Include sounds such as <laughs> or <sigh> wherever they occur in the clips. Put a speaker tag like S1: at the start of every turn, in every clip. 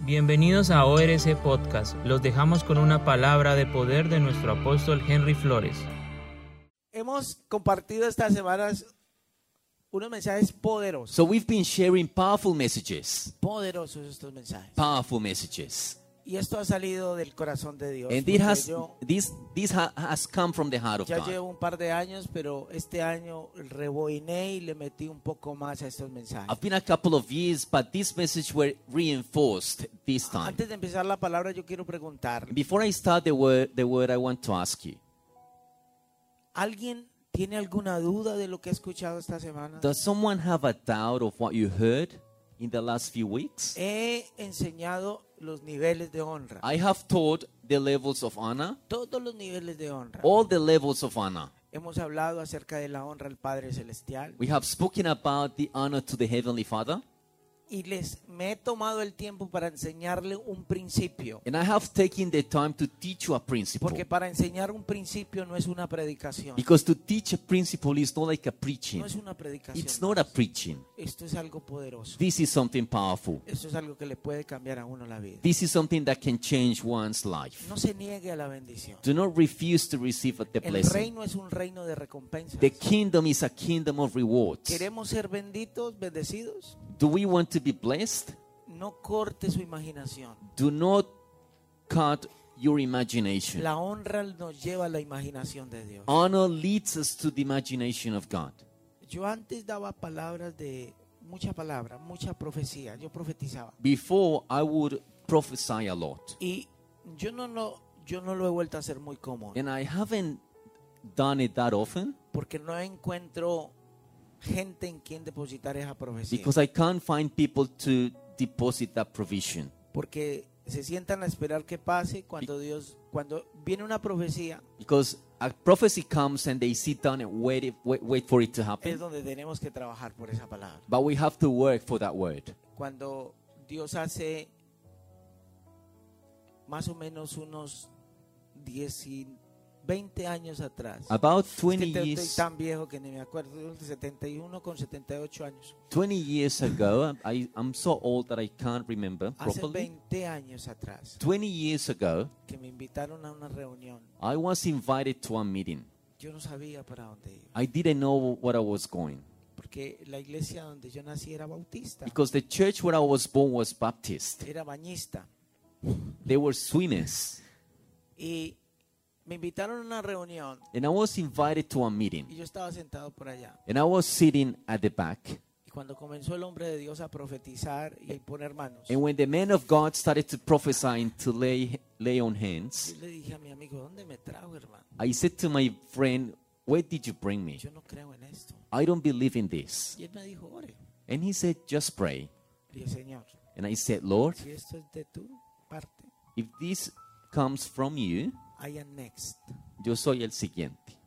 S1: Bienvenidos a ORC Podcast. Los dejamos con una palabra de poder de nuestro apóstol Henry Flores.
S2: Hemos compartido estas semanas unos mensajes poderosos.
S3: So we've been sharing powerful messages,
S2: Poderosos estos mensajes.
S3: powerful messages,
S2: Y esto ha salido del corazón de Dios.
S3: and
S2: porque
S3: it has
S2: yo
S3: this this ha- has come from the heart of
S2: ya llevo
S3: God.
S2: un par de años, pero este año reboiné y le metí un poco más a estos mensajes.
S3: I've been a couple of years, but this message were reinforced this time.
S2: Antes de empezar la palabra, yo quiero preguntar.
S3: Before I start the word, the word I want to ask you:
S2: ¿Alguien tiene alguna duda de lo que ha escuchado esta semana?
S3: Does someone have a doubt of what you heard in the last few weeks?
S2: He enseñado los niveles de honra.
S3: I have taught the levels of honor,
S2: Todos los niveles de honra.
S3: all the levels of honor.
S2: Hemos hablado acerca de la honra al Padre Celestial.
S3: We have spoken about the honor to the Heavenly Father,
S2: y les me he tomado el tiempo para enseñarle un principio.
S3: and I have taken the time to teach you a principle.
S2: Porque para enseñar un principio no es una predicación.
S3: Because to teach a principle is not like a preaching.
S2: No es una predicación.
S3: It's not a preaching.
S2: Esto es algo poderoso.
S3: This is something powerful.
S2: Esto es algo que le puede cambiar a uno la vida.
S3: This is something that can change one's life.
S2: No se niegue a la bendición.
S3: Do not refuse to receive the
S2: El
S3: blessing.
S2: reino es un reino de recompensas.
S3: The kingdom is a kingdom of rewards.
S2: ¿Queremos ser benditos, bendecidos?
S3: Do we want to be blessed?
S2: No corte su imaginación.
S3: Do not cut your imagination.
S2: La honra nos lleva a la imaginación de Dios.
S3: Honor leads us to the imagination of God.
S2: Yo antes daba palabras de mucha palabra, mucha profecía. Yo profetizaba.
S3: Before, I would prophesy a lot.
S2: Y yo no lo, yo no lo he vuelto a hacer muy cómodo.
S3: And I haven't done it that often
S2: Porque no encuentro gente en quien depositar esa profecía.
S3: because I can't find people to deposit that provision.
S2: Porque se sientan a esperar que pase cuando Dios, cuando viene una profecía,
S3: Because a prophecy comes and they sit down and wait, it- wait, wait for it to
S2: es
S3: happen.
S2: donde tenemos que trabajar por esa palabra.
S3: But we have to work for that word.
S2: Cuando Dios hace más o menos unos 10 y 20 años atrás.
S3: About
S2: Es
S3: 20
S2: que te- estoy
S3: years,
S2: tan viejo que ni me acuerdo, 71 con 78 años.
S3: 20 years ago, I, I'm so old that I can't remember
S2: Hace
S3: properly.
S2: 20 años atrás.
S3: 20 years ago,
S2: que me invitaron a una reunión.
S3: I was invited to a meeting.
S2: Yo no sabía para dónde iba,
S3: I didn't know what I was going
S2: porque la iglesia donde yo nací era bautista,
S3: because the church where I was born was Baptist.
S2: era bañista.
S3: They were swimmers,
S2: Y me invitaron a una reunión
S3: and I was invited to a
S2: y
S3: meeting,
S2: yo estaba sentado por allá.
S3: and I was sitting at the back.
S2: Y cuando comenzó el hombre de Dios a profetizar y a poner manos,
S3: And when the man of God started to prophesy and to lay, lay on hands,
S2: yo le dije a mi amigo, ¿dónde me trajo, hermano?
S3: I said to my friend, Where did you bring me?
S2: Yo no creo en esto.
S3: I don't believe in this.
S2: Y él me dijo, ore.
S3: And he said, Just pray.
S2: Le dije, Señor,
S3: And I said, Lord,
S2: si esto es de tu parte,
S3: if this comes from you,
S2: I am next.
S3: yo soy el siguiente.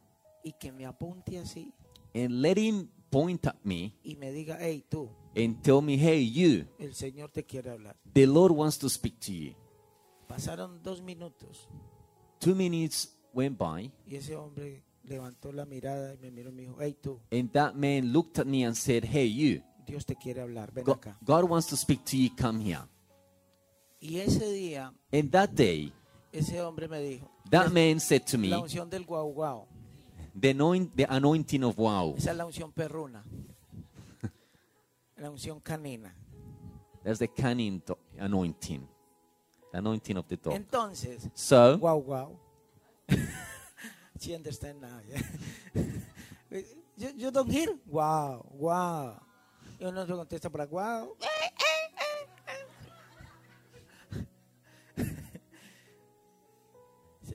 S2: Y que me apunte así
S3: And let him point at me
S2: y me diga, hey, tú,
S3: and tell me, Hey, you,
S2: el Señor te quiere hablar.
S3: the Lord wants to speak to you.
S2: Pasaron dos minutos
S3: Two minutes went by,
S2: y ese hombre levantó la mirada y me miró y me dijo, hey tú,
S3: and that man looked at me and said, Hey, you,
S2: Dios te quiere hablar, ven
S3: Go-
S2: acá.
S3: God wants to speak to you, come here.
S2: Y ese día,
S3: And that day,
S2: ese hombre me dijo,
S3: That man said to
S2: la
S3: me,
S2: unción del guau guau,
S3: the, anoint, the anointing of wow.
S2: esa es la unción perruna, la unción canina.
S3: That's the canine do- anointing. The anointing of the dog.
S2: Entonces,
S3: So,
S2: guau guau, <laughs> she understand now, yeah. <laughs> you, you don't hear, wow, wow. Y uno se contesta para guau. <laughs>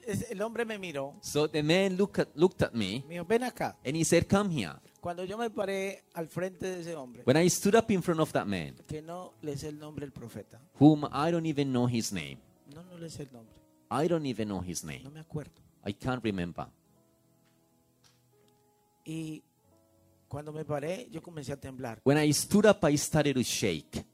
S2: Es- El hombre me miró.
S3: so the man look at, looked at me
S2: Me dijo, ven acá.
S3: and he said, Come here.
S2: Cuando yo me paré al frente de ese hombre,
S3: When I stood up in front of that man,
S2: que no le sé el nombre del profeta.
S3: whom I don't even know his name,
S2: No, no le sé el nombre.
S3: I don't even know his
S2: No
S3: name,
S2: me acuerdo.
S3: I can't remember.
S2: Y cuando me paré, yo comencé a temblar.
S3: When I stood up, I started to shake.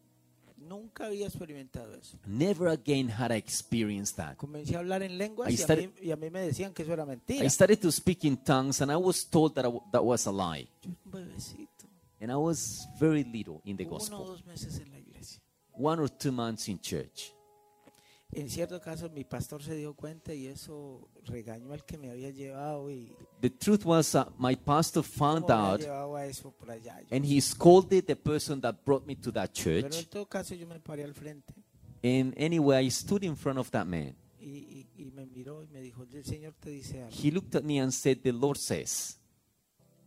S2: Nunca había experimentado eso.
S3: Never again had I experienced that.
S2: Comencé a hablar en lenguas
S3: Ahí
S2: y a,
S3: está-
S2: mí, y a mí me decían que eso era mentira.
S3: I started to speak in tongues and I was told that I w- that was a lie.
S2: Yo era un bebecito.
S3: And I was very little in the
S2: Uno o
S3: gospel.
S2: dos meses en la iglesia.
S3: one or two months in church.
S2: en cierto caso mi pastor se dio cuenta y eso regañó al que me había llevado y
S3: The truth was, uh, my pastor found
S2: ¿cómo me había
S3: out
S2: llevado a eso por allá. Yo-
S3: and he scolded the person that brought me to that
S2: pero en
S3: church.
S2: todo caso yo me paré al frente
S3: And anyway, I stood in front of that man.
S2: y, y- y me miró y me dijo, el Señor te dice algo.
S3: He looked at me and said, The Lord says.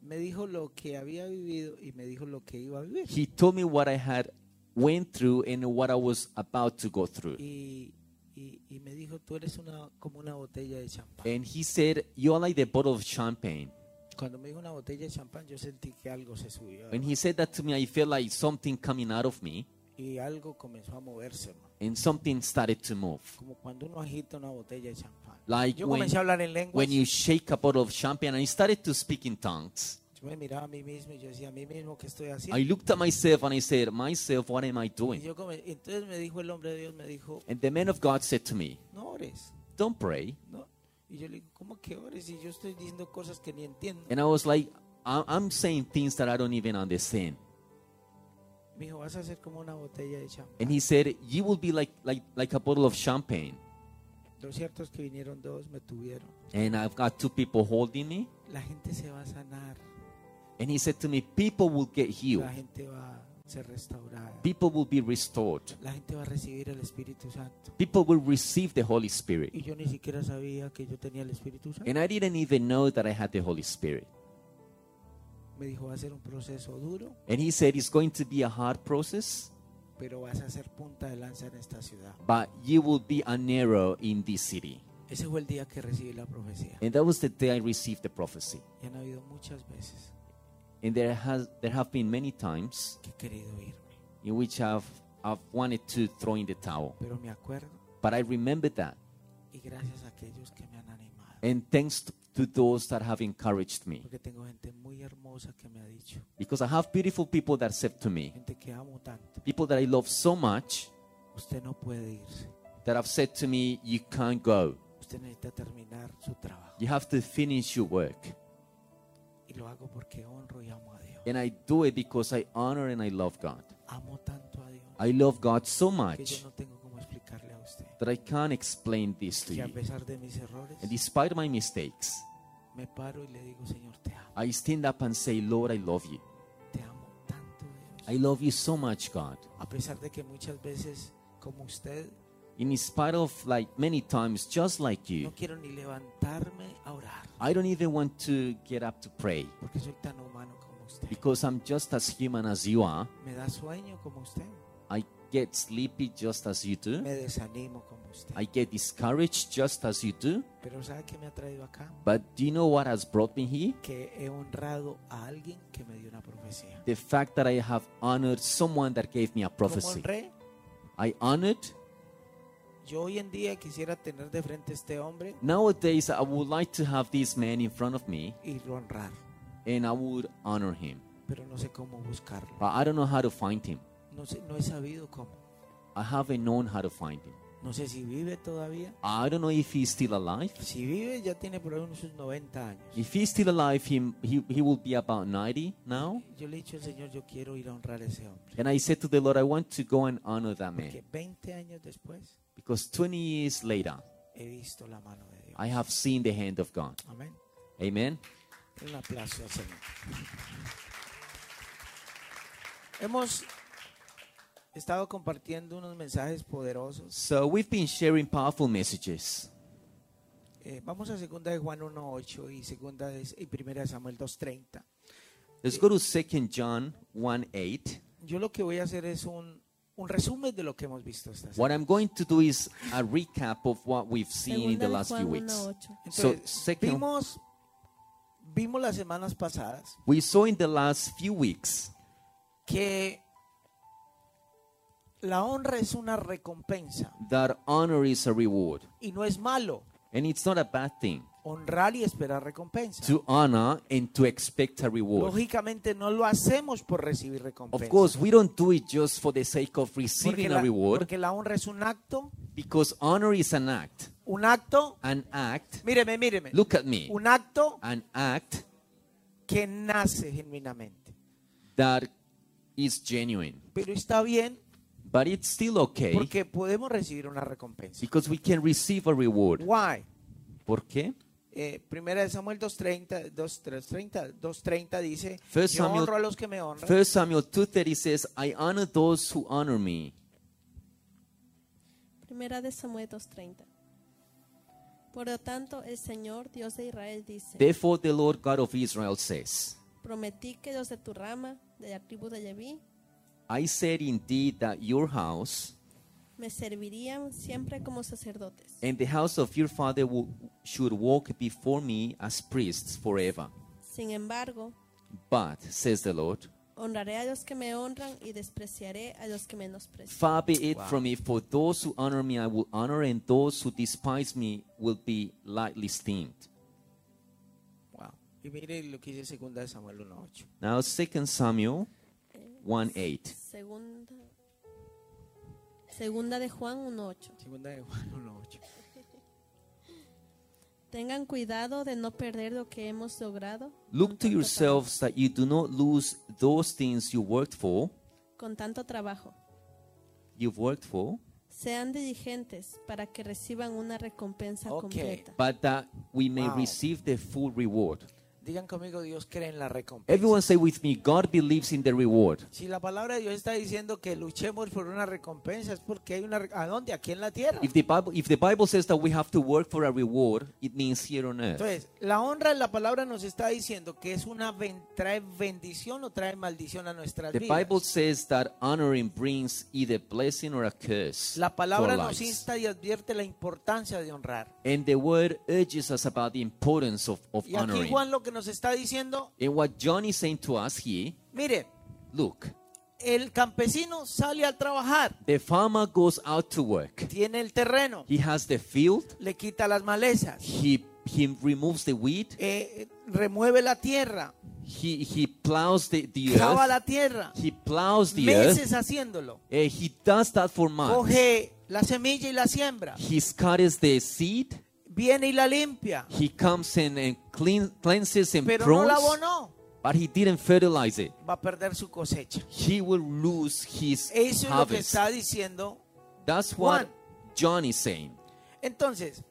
S2: Me dijo lo que había vivido y me dijo lo que iba a vivir.
S3: He told me what I had went through and what I was about to go through.
S2: Y, y- y me dijo, tú eres una, como una botella de champán.
S3: And he said, You're like the bottle of champagne.
S2: Cuando me dijo una botella de champán, yo sentí que algo se subió
S3: When he said that to me, I felt like something coming out of me
S2: y algo comenzó a moverse, hermano.
S3: and something started to move.
S2: como cuando uno agita una botella de champán.
S3: Like
S2: Yo
S3: when,
S2: comencé a hablar en lenguas.
S3: when you shake a bottle of champagne and I started to speak in tongues.
S2: Yo me miraba a mí mismo y yo decía, a mí mismo, ¿qué estoy
S3: I
S2: haciendo?
S3: looked at myself and I said, Myself, what am I
S2: Y
S3: doing?
S2: yo come- entonces me dijo el hombre de Dios, me dijo,
S3: And the man of God said to me,
S2: no ores.
S3: Don't pray.
S2: No. Y yo le digo, ¿cómo que ores? Y yo estoy diciendo cosas que ni entiendo.
S3: And I was like, "I- I'm saying things that I don't even understand.
S2: Me dijo, vas a hacer como una botella de champán.
S3: And he said, You will be like, like, like a bottle of champagne.
S2: Lo cierto es que vinieron dos, me tuvieron.
S3: And I've got two people holding me.
S2: La gente se va a sanar.
S3: And he said to me, People will get healed.
S2: La gente va a ser restaurada.
S3: People will be restored.
S2: La gente va a recibir el Espíritu Santo.
S3: People will receive the Holy Spirit.
S2: Y yo ni siquiera sabía que yo tenía el Espíritu Santo.
S3: And I didn't even know that I had the Holy Spirit.
S2: Me dijo, va a ser un proceso duro,
S3: And he said, It's going to be a hard process,
S2: pero vas a ser punta de lanza en esta ciudad.
S3: but you will be an arrow in this city.
S2: Ese fue el día que recibí la profecía.
S3: And that was the day I received the prophecy.
S2: Y han habido muchas veces
S3: And there, has, there have been many times
S2: que he querido irme,
S3: in which I've, I've wanted to throw in the towel.
S2: pero me acuerdo
S3: But I remember that.
S2: y gracias a aquellos que me han animado.
S3: And thanks to, to those that have encouraged me.
S2: Porque tengo gente muy hermosa que me ha dicho,
S3: Because I have beautiful people that said to me,
S2: gente que amo tanto,
S3: people that I love so much,
S2: usted no puede irse,
S3: that have said to me, You can't go.
S2: usted necesita terminar su trabajo.
S3: You have to finish your work.
S2: Y lo hago porque honro y amo a Dios.
S3: And I do it because I honor and I love God.
S2: Amo tanto a Dios
S3: I love God so
S2: que
S3: much
S2: yo no tengo cómo explicarle a usted.
S3: that I can't explain this to
S2: Y a
S3: you.
S2: pesar de mis errores,
S3: And despite my mistakes,
S2: me paro y le digo, Señor, te amo,
S3: I stand up and say, Lord, I love you.
S2: te amo tanto, Dios.
S3: I love you so much, God.
S2: A pesar de que muchas veces, como usted,
S3: In spite of like many times, just like you,
S2: no quiero ni levantarme a orar,
S3: I don't even want to get up to pray
S2: porque soy tan humano como usted.
S3: because I'm just as human as you are.
S2: Me da sueño como usted.
S3: I get sleepy just as you do.
S2: Me desanimo como usted.
S3: I get discouraged just as you do.
S2: Pero ¿sabe qué me ha traído acá?
S3: But do you know what has brought me here?
S2: Que he honrado a alguien que me dio una profecía.
S3: The fact that I have honored someone that gave me a
S2: ¿Cómo
S3: prophecy.
S2: honré?
S3: I honored.
S2: Yo hoy en día quisiera tener de frente a este hombre
S3: Nowadays, I would like to have this man in front of me
S2: y lo honrar,
S3: and I would honor him.
S2: pero no sé cómo buscarlo.
S3: But I don't know how to find him.
S2: No sé, no he sabido cómo.
S3: I haven't known how to find him.
S2: No sé si vive todavía.
S3: I don't know if he's still alive.
S2: Si vive ya tiene por ahí unos 90 años.
S3: If he's still alive, him, he, he will be about 90 now.
S2: Yo le he dicho al Señor, yo quiero ir a honrar a ese hombre.
S3: And I said to the Lord, I want to go and honor that man.
S2: Que 20 años después
S3: Because 20 years later,
S2: he visto la mano de Dios.
S3: I have seen the hand of God.
S2: Amén.
S3: Amen.
S2: Un aplauso al Señor. Hemos estado compartiendo unos mensajes poderosos.
S3: So we've been sharing powerful messages.
S2: Eh, vamos a segunda de Juan 1.8 y segunda de, y primera de Samuel 2.30.
S3: Let's go to 2 John 1 8.
S2: Yo lo que voy a hacer es un, un resumen de lo que hemos visto esta
S3: What
S2: semana.
S3: I'm going to do is a recap of what we've seen in
S4: Segunda
S3: the
S4: de
S3: last few
S4: Juan
S3: weeks.
S4: 1:8.
S3: So,
S2: Entonces,
S3: second,
S2: vimos, vimos las semanas pasadas
S3: we saw in the last few weeks
S2: que la honra es una recompensa
S3: that honor is a reward,
S2: y no es malo
S3: and it's not a bad thing
S2: honrar y esperar recompensa.
S3: to honor and to expect a reward.
S2: Lógicamente no lo hacemos por recibir
S3: Of
S2: recompensa.
S3: course, we don't do it just for the sake of
S2: porque
S3: receiving
S2: la,
S3: a reward,
S2: porque la honra es un acto,
S3: because honor is an act.
S2: un acto,
S3: An act,
S2: míreme, míreme,
S3: look at me,
S2: un acto
S3: an act
S2: que nace genuinamente.
S3: that is genuine.
S2: Pero está bien
S3: But it's still okay
S2: Porque podemos recibir una recompensa.
S3: because we can receive a reward.
S2: Why?
S3: ¿Por qué?
S2: Eh, primera de Samuel 2.30 2.30, 2.30 dice,
S3: First
S2: yo
S3: Samuel-
S2: honro a los que me honran.
S3: 1 Samuel 2:30 says, "I honor those who honor me."
S4: Primera de Samuel 2.30. Por lo tanto, el Señor, Dios de Israel, dice,
S3: Therefore the Lord God of Israel says,
S4: prometí que los de tu rama, de la tribu de Leví,
S3: "I said indeed that your house
S4: me servirían siempre como sacerdotes.
S3: and the house of your father wo- should walk before me as priests forever."
S4: Sin embargo,
S3: But says the Lord,
S4: honraré a los que me honran y despreciaré a los que menosprecian.
S3: Far be it from me, for those who honor me I will honor, and those who despise me will be lightly esteemed.
S2: Wow. Y mire lo que dice segunda de Samuel 1.8.
S3: Now 2 Samuel 1 8.
S4: Segunda, segunda de Juan 1.8.
S2: Segunda de Juan 1.8.
S4: Tengan cuidado de no perder lo que hemos logrado.
S3: Look
S4: con
S3: to
S4: tanto
S3: yourselves that you do not lose those things you worked for,
S4: tra- Con tanto trabajo.
S3: you've worked for,
S4: Sean diligentes para que reciban una recompensa
S2: Ok.
S4: completa.
S3: but that we may
S2: Wow.
S3: receive the full reward.
S2: Digan conmigo, Dios cree en la recompensa.
S3: Everyone say with me, God believes in the reward.
S2: Si la palabra de Dios está diciendo que luchemos por una recompensa, es porque hay una... re- ¿A dónde? Aquí en la tierra.
S3: If the Bible if the Bible says that we have to work for a reward, it means here on earth.
S2: Entonces, la honra en la palabra nos está diciendo que es una ben- trae bendición o trae maldición a nuestras
S3: The
S2: vidas.
S3: Bible says that honoring brings either blessing or a curse.
S2: La
S3: to
S2: palabra
S3: our
S2: nos
S3: lives.
S2: insta y advierte la importancia de honrar.
S3: And the word urges us about the importance of, of
S2: Y aquí
S3: honoring.
S2: Juan lo que nos está diciendo,
S3: And what John is saying to us here,
S2: mire,
S3: look,
S2: el campesino sale a trabajar,
S3: the farmer goes out to work.
S2: tiene el terreno,
S3: He has the field,
S2: le quita las malezas,
S3: he he removes the wheat,
S2: eh, remueve la tierra,
S3: he he plows the, the
S2: cava
S3: earth,
S2: la tierra,
S3: he plows the earth.
S2: meses haciéndolo,
S3: Uh, he does that for months.
S2: coge la semilla y la siembra,
S3: He scatters the seed,
S2: viene y la limpia,
S3: he comes in and clean, cleanses and
S2: pero no la
S3: prunes,
S2: abonó,
S3: but he didn't fertilize it.
S2: va a perder su cosecha.
S3: he will lose his
S2: Eso es lo que
S3: harvest.
S2: está diciendo.
S3: That's what
S2: Juan.
S3: John is saying.
S2: Entonces,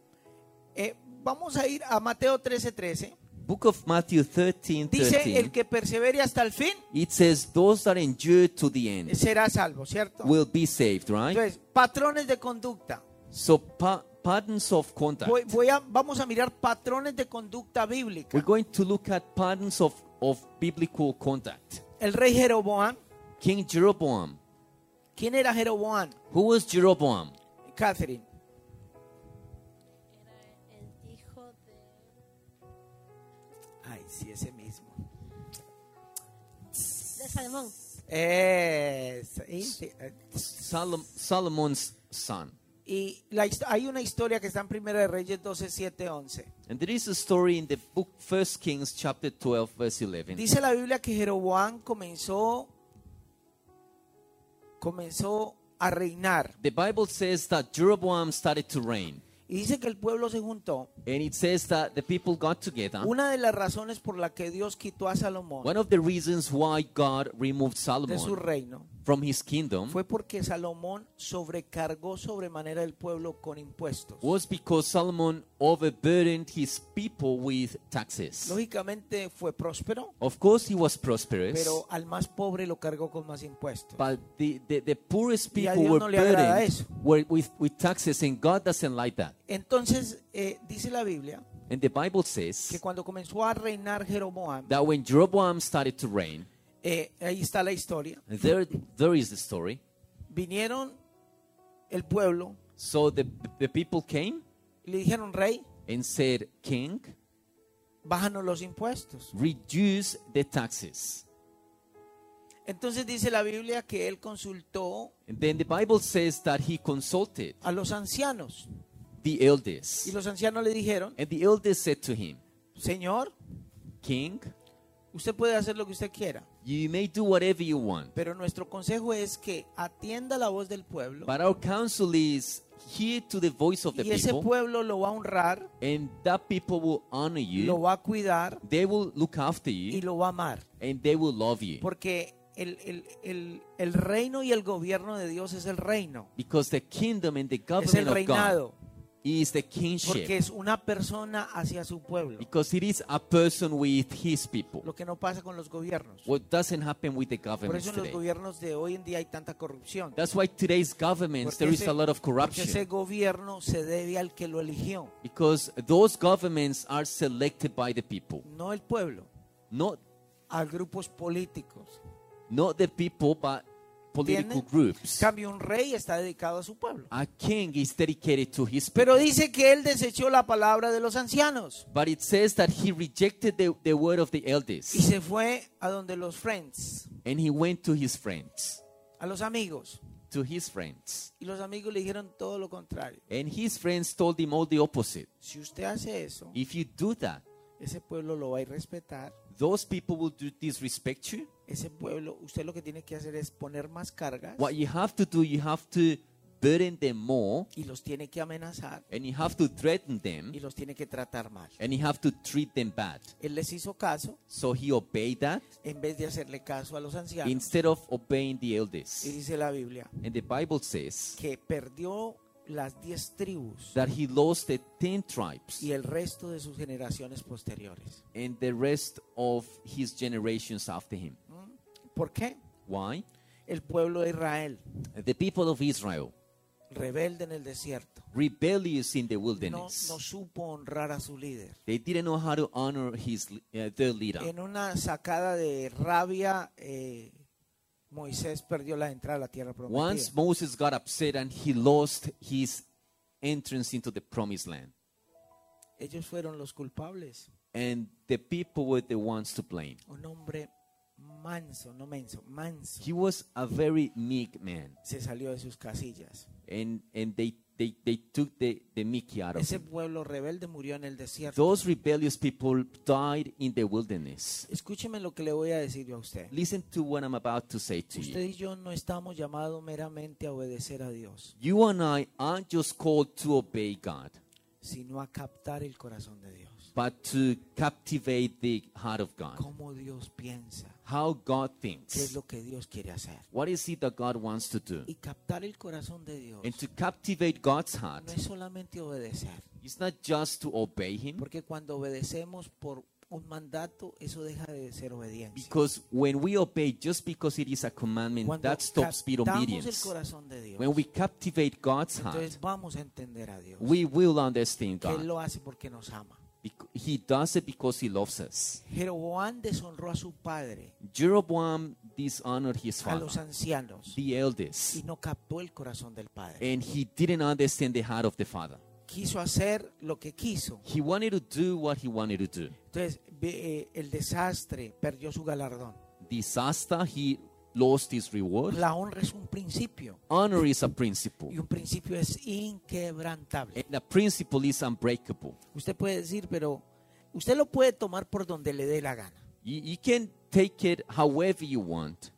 S2: eh, vamos a ir a Mateo 13:13.
S3: Book of Matthew 13,
S2: Dice,
S3: 13,
S2: el que persevere hasta el fin
S3: it says, those that endure to the end
S2: será salvo, ¿cierto?
S3: will be saved, right?
S2: Entonces, patrones de conducta.
S3: So pa- patterns of conduct.
S2: Voy- voy a- vamos a mirar patrones de conducta
S3: We're
S2: bíblica.
S3: going to look at patterns of, of biblical conduct.
S2: El rey Jeroboam.
S3: King Jeroboam.
S2: ¿Quién era Jeroboam?
S3: Who was Jeroboam?
S2: Catherine.
S4: El hijo de,
S2: Ay, sí, ese mismo.
S4: de Salmón.
S2: Es- y-
S3: Solom- Solomon's son.
S2: y la hist- hay una historia que está en Primera de Reyes 12, 7, 11.
S3: And there is a story in the book First Kings chapter 12 verse 11.
S2: Dice la Biblia que Jeroboam comenzó comenzó a reinar
S3: The Bible says that Jeroboam started to reign.
S2: y dice que el pueblo se juntó.
S3: And it says that the people got together.
S2: Una de las razones por la que Dios quitó a Salomón
S3: One of the reasons why God removed
S2: de su
S3: Solomon
S2: reino
S3: from his kingdom
S2: fue porque Salomón sobrecargó sobremanera el pueblo con impuestos.
S3: was because Solomon overburdened his people with taxes.
S2: Lógicamente fue próspero,
S3: Of course, he was prosperous,
S2: pero al más pobre lo cargó con más impuestos.
S3: but the, the, the poorest
S2: Y a
S3: people
S2: Dios
S3: were
S2: no le agrada
S3: burdened
S2: eso.
S3: were with, with taxes, and God doesn't like that.
S2: Entonces eh, dice la Biblia
S3: And the Bible
S2: que
S3: says
S2: cuando comenzó a reinar Jeroboam,
S3: that when Jeroboam started to reign,
S2: eh, ahí está la historia.
S3: and there, there is the story.
S2: vinieron el pueblo,
S3: So the, the people came
S2: le dijeron, rey,
S3: and said, King,
S2: bájanos los impuestos.
S3: reduce the taxes.
S2: Entonces dice la Biblia que él consultó
S3: And then the Bible says that he consulted
S2: a los ancianos
S3: the elders.
S2: y los ancianos le dijeron,
S3: And the elders said to him,
S2: Señor,
S3: King,
S2: usted puede hacer lo que usted quiera,
S3: you may do whatever you want,
S2: pero nuestro consejo es que atienda la voz del pueblo
S3: but our counsel is hear to the voice of the
S2: y ese
S3: people,
S2: pueblo lo va a honrar,
S3: and that people will honor
S2: lo
S3: you,
S2: va a cuidar
S3: they will look after
S2: y
S3: you,
S2: lo va a amar,
S3: and they will love you.
S2: porque el, el- el- el reino y el gobierno de Dios es el reino,
S3: Because the kingdom and the
S2: es el
S3: government of God
S2: reinado,
S3: is the kingship.
S2: porque es una persona hacia su pueblo,
S3: Because it is a person with his people.
S2: lo que no pasa con los gobiernos.
S3: What doesn't happen with the
S2: Por
S3: governments
S2: eso en los
S3: today.
S2: gobiernos de hoy en día hay tanta corrupción.
S3: That's why today's governments,
S2: Porque
S3: there is
S2: ese-
S3: a lot of
S2: porque ese
S3: corruption.
S2: gobierno se debe al que lo eligió,
S3: Because those governments are selected by the people.
S2: no el pueblo,
S3: Not,
S2: a grupos políticos.
S3: not the people, but political
S2: ¿Entienden? En
S3: groups.
S2: cambio, un rey está dedicado a su pueblo.
S3: A king is dedicated to his
S2: Pero
S3: people.
S2: dice que él desechó la palabra de los ancianos
S3: But it says that he rejected the, the word of the
S2: y
S3: elders.
S2: se fue a donde los friends,
S3: And he went to his friends.
S2: a los amigos.
S3: To his friends.
S2: Y los amigos le dijeron todo lo contrario.
S3: And his friends told him all the opposite.
S2: Si usted hace eso,
S3: If you do that,
S2: ese pueblo lo va a irrespetar.
S3: those people will do disrespect you.
S2: Ese pueblo, usted lo que tiene que hacer es poner más cargas
S3: What you have to do, you have to burden them more,
S2: y los tiene que amenazar
S3: and you have to threaten them,
S2: y los tiene que tratar mal.
S3: and you have to treat them bad.
S2: Él les hizo caso
S3: So he obeyed that
S2: en vez de hacerle caso a los ancianos.
S3: instead of obeying the
S2: Y
S3: elders.
S2: dice la Biblia
S3: And the Bible says
S2: que perdió las diez tribus
S3: that he lost the ten tribes
S2: y el resto de sus generaciones posteriores.
S3: and the rest of his generations after him.
S2: ¿Por qué?
S3: Why?
S2: El pueblo de Israel,
S3: The people of Israel,
S2: rebelde en el desierto,
S3: rebellious in the
S2: no, no
S3: wilderness,
S2: supo honrar a su líder.
S3: they didn't know how to honor his uh, their leader.
S2: En una sacada de rabia, eh, Moisés perdió la entrada a la tierra prometida.
S3: Once Moses got upset and he lost his entrance into the promised land.
S2: Ellos fueron los culpables.
S3: And the people were the ones to blame.
S2: Un hombre manso, no menso, manso,
S3: He was a very meek man.
S2: se salió de sus casillas.
S3: And, and they, they, they took the, the Mickey out of
S2: Ese
S3: him.
S2: pueblo rebelde murió en el desierto.
S3: Those rebellious people died in the wilderness.
S2: Escúcheme lo que le voy a decir yo a usted.
S3: Listen to what I'm about to say to
S2: Usted
S3: you.
S2: y yo no estamos llamados meramente a obedecer a Dios,
S3: You and I aren't just called to obey God,
S2: sino a captar el corazón de Dios.
S3: but to captivate the heart of God.
S2: Cómo Dios piensa,
S3: How God
S2: qué es
S3: thinks.
S2: lo que Dios quiere hacer.
S3: What is it that God wants to do?
S2: Y captar el corazón de Dios
S3: And to captivate God's
S2: no
S3: heart,
S2: es solamente obedecer,
S3: it's not just to obey Him,
S2: porque cuando obedecemos por un mandato, eso deja de ser obediencia.
S3: because when we obey just because it is a commandment,
S2: Cuando
S3: that stops being
S2: captamos el
S3: obedience.
S2: corazón de Dios,
S3: When we captivate God's heart,
S2: entonces vamos a entender a Dios,
S3: we will understand
S2: que Él
S3: God.
S2: lo hace porque nos ama.
S3: Bec- He does it because He loves us.
S2: Jeroboam deshonró a su padre,
S3: Jeroboam dishonored his
S2: a
S3: father,
S2: los ancianos,
S3: the eldest,
S2: y no captó el corazón del padre.
S3: and he didn't understand the heart of the father.
S2: Quiso hacer lo que quiso.
S3: He wanted to do what he wanted to do.
S2: Entonces, ve, eh, el desastre perdió su galardón.
S3: Disaster, he lost his reward.
S2: La honra es un principio,
S3: Honor is a principle.
S2: y un principio es inquebrantable.
S3: And the principle is unbreakable.
S2: Usted puede decir, pero usted lo puede tomar por donde le dé la gana.
S3: You, you can take it however you want.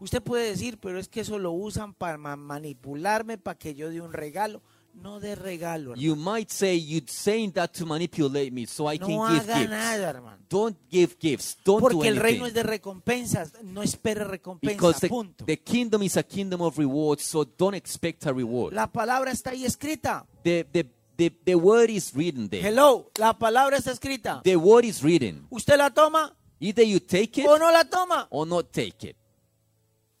S2: Usted puede decir, pero es que eso lo usan para ma- manipularme, para que yo dé un regalo. No de regalo, hermano.
S3: You might say you're saying that to manipulate me so I
S2: No
S3: can give
S2: haga
S3: gifts.
S2: nada, hermano.
S3: Don't give gifts. Don't do
S2: Porque el reino es
S3: anything.
S2: de recompensas. No espere
S3: Because
S2: recompensas,
S3: the,
S2: punto.
S3: the kingdom is a kingdom of rewards, so don't expect a reward.
S2: La palabra está ahí escrita.
S3: The, the, the, the word is written there.
S2: Hello, la palabra está escrita.
S3: The word is written.
S2: ¿Usted la toma
S3: Either you take
S2: o
S3: it
S2: Oh, no la toma?
S3: or not take it.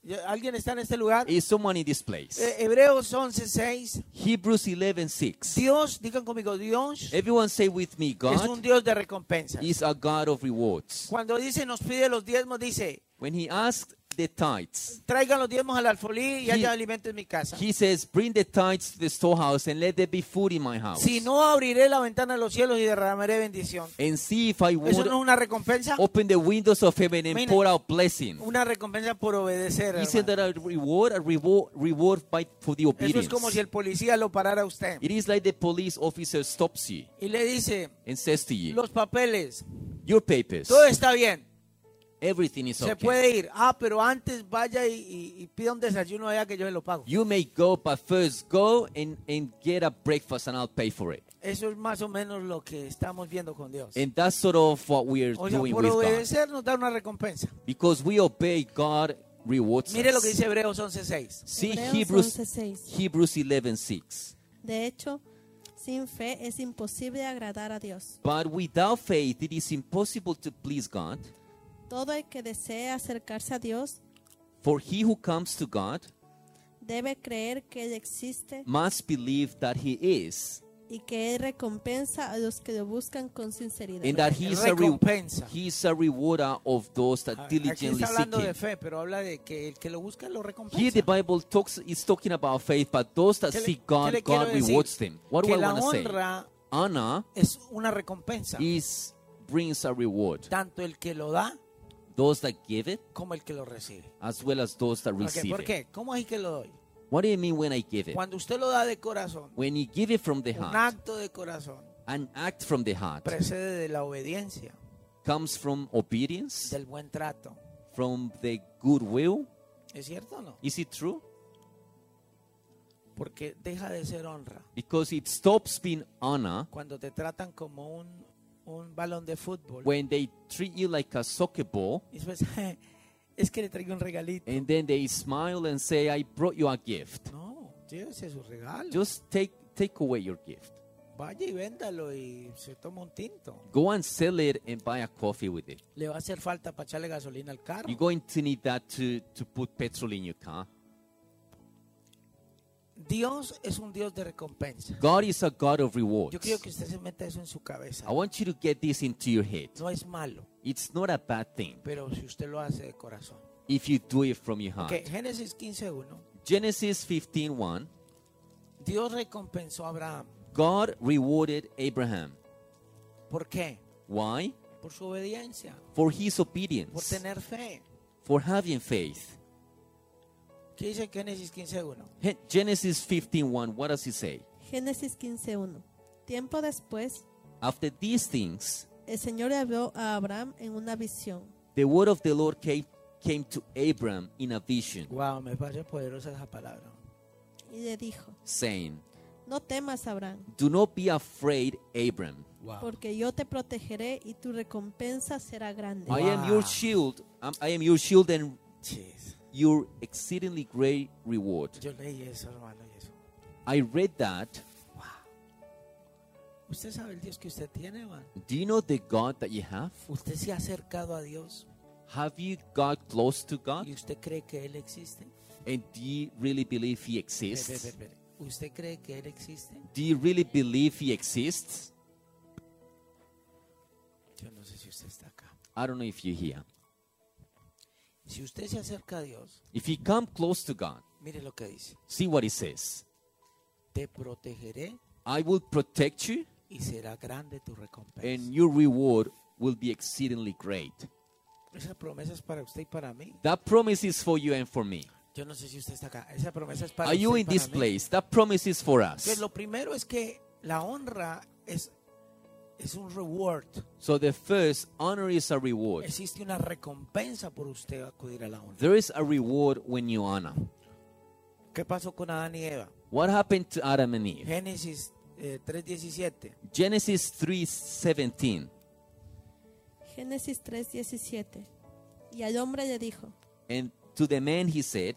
S2: Ya- ¿Alguien está en este lugar?
S3: Is someone in this place?
S2: Eh, Hebreos 11:6.
S3: Hebrews 11 6.
S2: Dios, digan conmigo, Dios
S3: Everyone say with me,
S2: es un
S3: God
S2: Dios de recompensas.
S3: is a God of rewards.
S2: Cuando dice, nos pide los diezmos, dice,
S3: When he asked the tithes,
S2: traigan los diezmos al alfolí y
S3: He-
S2: haya alimento en mi casa.
S3: he says, Bring the tithes to the storehouse and let there be food in my house.
S2: Si no, abriré la ventana de los cielos y derramaré bendición.
S3: and see if I
S2: ¿Eso
S3: would
S2: no es una recompensa?
S3: open the windows of heaven and
S2: Mire.
S3: pour out blessing.
S2: Una recompensa por obedecer.
S3: Isn't
S2: hermano.
S3: that a reward? A reward, reward by, for the
S2: Eso
S3: obedience.
S2: es como si el policía lo parara a usted
S3: It is like the police officer stops you
S2: y le dice,
S3: and says to you,
S2: los papeles,
S3: Your papers,
S2: todo está bien.
S3: everything is
S2: Se
S3: okay.
S2: puede ir. Ah, pero antes vaya y, y- y pida un desayuno allá que yo se lo pago.
S3: You may go, but first go and, and get a breakfast and I'll pay for it.
S2: Eso es más o menos lo que estamos viendo con Dios.
S3: And that's sort of what we are
S2: O sea,
S3: doing
S2: por
S3: with God.
S2: obedecer nos da una recompensa.
S3: Because we obey God, rewards
S2: Mire lo que
S3: us.
S2: dice Hebreos 11:6.
S3: See
S4: Hebreos
S3: Hebrews
S4: 11:6.
S3: Hebrews 11:6.
S4: De hecho, sin fe es imposible agradar a Dios.
S3: But without faith it is impossible to please God,
S4: Todo el que desee acercarse a Dios
S3: for he who comes to God
S4: debe creer que Él existe
S3: must believe that he is
S4: y que Él recompensa a los que lo buscan con sinceridad.
S3: and that he is a re-
S2: Recompensa.
S3: he is a rewarder of those
S2: A-
S3: that
S2: Aquí
S3: diligently
S2: está
S3: seek
S2: hablando de
S3: him.
S2: fe, pero habla de que el que lo busca lo
S3: Here the
S2: recompensa.
S3: Bible talks is talking about faith, but those that
S2: ¿Qué le-
S3: seek
S2: qué le
S3: God,
S2: quiero
S3: God
S2: decir?
S3: rewards them. What do
S2: que
S3: I
S2: la
S3: want to say?
S2: honra
S3: Honor
S2: es una recompensa,
S3: is brings a reward.
S2: tanto el que lo da
S3: Those that give it,
S2: como el que lo recibe.
S3: as well as those that
S2: ¿Por qué?
S3: receive
S2: ¿Por
S3: it.
S2: qué? ¿Cómo es que lo doy?
S3: What do you mean when I give it?
S2: Cuando usted lo da de corazón,
S3: When you give it from the
S2: un
S3: heart,
S2: acto de corazón
S3: an act from the heart
S2: precede de la obediencia,
S3: comes from obedience,
S2: del buen trato.
S3: from the goodwill.
S2: ¿Es cierto o no?
S3: Is it true?
S2: Porque deja de ser honra.
S3: Because it stops being honor
S2: Cuando te tratan como un, un balón de fútbol.
S3: when they treat you like a soccer ball
S2: Y después, <laughs> es que le traigo un regalito.
S3: and then they smile and say, I brought you a gift.
S2: No, llévese su regalo.
S3: Just take take away your gift.
S2: Vaya y véndalo y se toma un tinto.
S3: Go and sell it and buy a coffee with it.
S2: Le va a hacer falta para echarle gasolina al carro.
S3: You're going to need that to, to put petrol in your car.
S2: Dios es un Dios de recompensa.
S3: God is a God of rewards.
S2: Yo quiero que usted se meta eso en su cabeza.
S3: I want you to get this into your head.
S2: No es malo,
S3: It's not a bad thing
S2: pero si usted lo hace de corazón.
S3: if you do it from your heart.
S2: Ok, Génesis 15.1.
S3: Genesis 15:1
S2: Dios recompensó a Abraham.
S3: God rewarded Abraham.
S2: ¿Por qué?
S3: Why?
S2: Por su obediencia,
S3: For his
S2: por
S3: obedience,
S2: tener fe.
S3: for having faith.
S2: ¿Qué dice Génesis 15.1?
S3: He- Genesis 15:1 what does it say?
S4: Génesis 15.1. Tiempo después,
S3: After these things,
S4: el Señor le habló a Abraham en una visión.
S3: the word of the Lord came, came to Abram in a vision.
S2: Wow, me parece poderosa esa palabra.
S4: y le dijo,
S3: saying,
S4: no temas, Abraham,
S3: Do not be afraid, Abram.
S2: Wow.
S4: porque yo te protegeré y tu recompensa será grande.
S3: I am
S2: Wow.
S3: your shield. I'm, I am your shield and
S2: Jeez.
S3: your exceedingly great reward.
S2: Yo leí eso, hermano, y eso.
S3: I read that.
S2: ¿Usted sabe el Dios que usted tiene, hermano?
S3: Do you know the God that you have?
S2: ¿Usted se ha acercado a Dios
S3: Have you got close to God?
S2: y usted cree que Él existe?
S3: And do you really believe
S2: Ve,
S3: He
S2: ve, ve,
S3: exists?
S2: ve. ¿Usted cree que Él existe?
S3: Do you really believe He exists?
S2: Yo no sé si usted está acá.
S3: I don't know if you're here.
S2: Si usted se acerca a Dios,
S3: If you come close to God,
S2: mire lo que dice.
S3: see what He says.
S2: Te protegeré
S3: I will protect you,
S2: y será grande tu recompensa.
S3: and your reward will be exceedingly great.
S2: Esa promesa es para usted y para mí.
S3: That promise is for you and for me.
S2: Yo no sé si usted está acá. Esa promesa es para
S3: Are you
S2: usted y
S3: in
S2: para
S3: this
S2: mí.
S3: place? That promise is for
S2: Entonces,
S3: us.
S2: lo primero es que la honra es, es un reward.
S3: So the first honor is a reward.
S2: Existe una recompensa por usted acudir a la honra.
S3: There is a reward when you honor.
S2: ¿Qué pasó con Adán y Eva?
S3: What happened to Adam and Eve?
S2: Génesis eh, 3.17.
S3: Genesis 3:17.
S4: Génesis 3:17. Y al hombre le dijo,
S3: And to the man he said,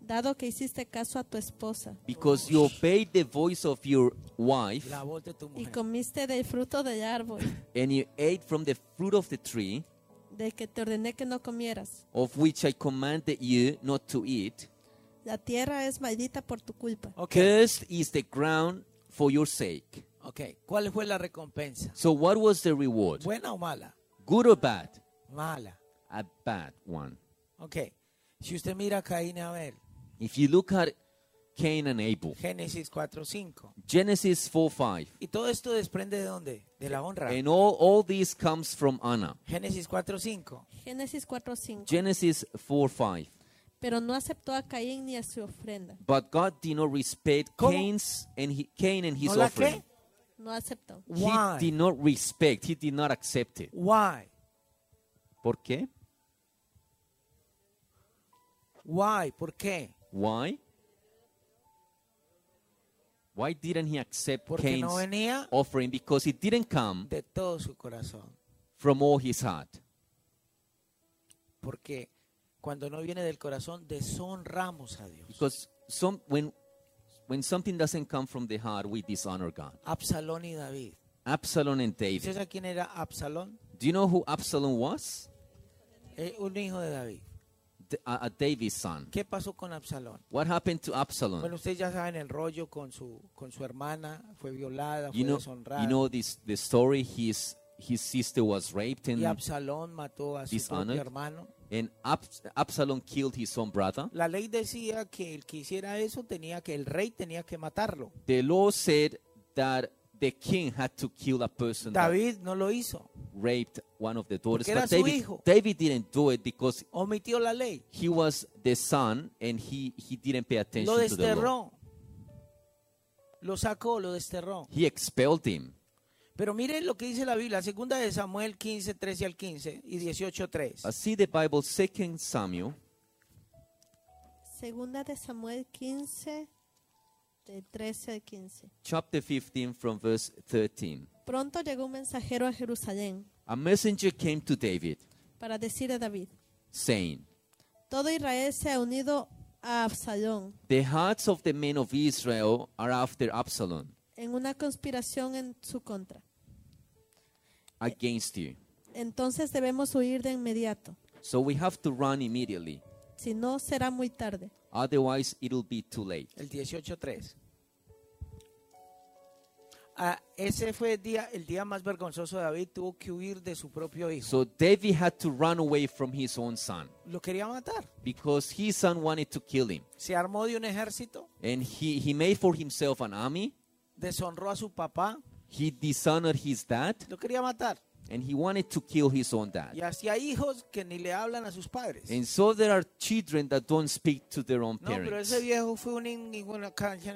S4: dado que hiciste caso a tu esposa
S3: because you obeyed the voice of your wife
S2: La voz de tu
S4: y
S2: mujer.
S4: comiste del fruto del árbol
S3: and you ate from the fruit of the tree
S4: del que te ordené que no comieras,
S3: of which I commanded you not to eat,
S4: la tierra es maldita por tu culpa.
S2: Ok,
S3: cursed is the ground for your sake.
S2: ok. ¿Cuál fue la recompensa?
S3: So what was the reward?
S2: ¿Buena o mala?
S3: Good or bad?
S2: Mala.
S3: A bad one.
S2: Ok. Si usted mira a Caín y Abel,
S3: If you look at Cain and Abel,
S2: Génesis 4.5.
S3: Genesis 4 5,
S2: ¿Y todo esto desprende de dónde? De la honra.
S3: and all, all this comes from Anna.
S2: Génesis 4.5.
S4: Génesis 4:5.
S3: Genesis 4 5.
S4: Pero no aceptó a Caín ni a su ofrenda.
S3: But God did not respect
S2: ¿Cómo?
S3: Cain's and he, Cain and his
S2: ¿No la
S3: offering.
S2: qué?
S4: No aceptó.
S2: Why?
S3: He did not respect, he did not accept it.
S2: Why?
S3: ¿Por qué?
S2: Why? ¿Por qué?
S3: Why? Why didn't he accept
S2: Porque
S3: Cain's
S2: no venía
S3: offering? Because it didn't come
S2: de todo su corazón.
S3: from all his heart.
S2: Porque cuando no viene del corazón, deshonramos a Dios.
S3: Because some, when, when something doesn't come from the heart, we dishonor God.
S2: Absalón y David.
S3: Absalom
S2: ¿Y
S3: and
S2: usted
S3: David.
S2: sabe quién era Absalón?
S3: Do you know who Absalom was?
S2: Eh, un hijo de David.
S3: D- a, a David's son.
S2: ¿Qué pasó con Absalón?
S3: What happened to Absalom?
S2: Bueno, ustedes ya saben el rollo con su, con su hermana, fue violada, fue
S3: You know,
S2: deshonrada.
S3: you know this the story. His his sister was raped
S2: y
S3: and
S2: Absalón mató a su
S3: Dishonored.
S2: propio hermano.
S3: and Abs- Absalom killed his own brother.
S2: La ley decía que el que hiciera eso tenía que, el rey tenía que matarlo.
S3: The law said that the king had to kill a person that
S2: David no lo hizo,
S3: raped one of the daughters.
S2: Porque era
S3: But
S2: su
S3: David,
S2: hijo.
S3: David didn't do it because
S2: omitió la ley,
S3: he was the son and he, he didn't pay attention
S2: lo
S3: to the law.
S2: desterró, lo sacó, lo desterró.
S3: He expelled him.
S2: Pero miren lo que dice la Biblia, segunda de Samuel 15, 13 al 15 y 18, 3.
S3: I see the Bible, 2 Samuel,
S4: Segunda de Samuel 15, de 13 al 15.
S3: chapter 15, from verse 13.
S4: Pronto llegó un mensajero a Jerusalén
S3: A messenger came to David,
S4: para decir a David,
S3: saying,
S4: todo Israel se ha unido a Absalón
S3: The hearts of the men of Israel are after Absalom,
S4: en una conspiración en su contra.
S3: against you.
S4: Entonces debemos huir de inmediato,
S3: So we have to run immediately,
S4: si no será muy tarde.
S3: otherwise, it'll be too late.
S2: El 18.3. Ah, ese fue el día, el día más vergonzoso de David. Tuvo que huir de su propio hijo.
S3: So David had to run away from his own son
S2: Lo quería matar.
S3: because his son wanted to kill him.
S2: Se armó de un ejército.
S3: And he, he made for himself an army.
S2: Deshonró a su papá.
S3: He dishonored his dad
S2: Lo quería matar.
S3: and he wanted to kill his own
S2: Y
S3: dad.
S2: hacía hijos que ni le hablan a sus padres.
S3: And so there are children that don't speak to their own
S2: No, pero
S3: parents.
S2: ese viejo fue un in- ninguna cancha.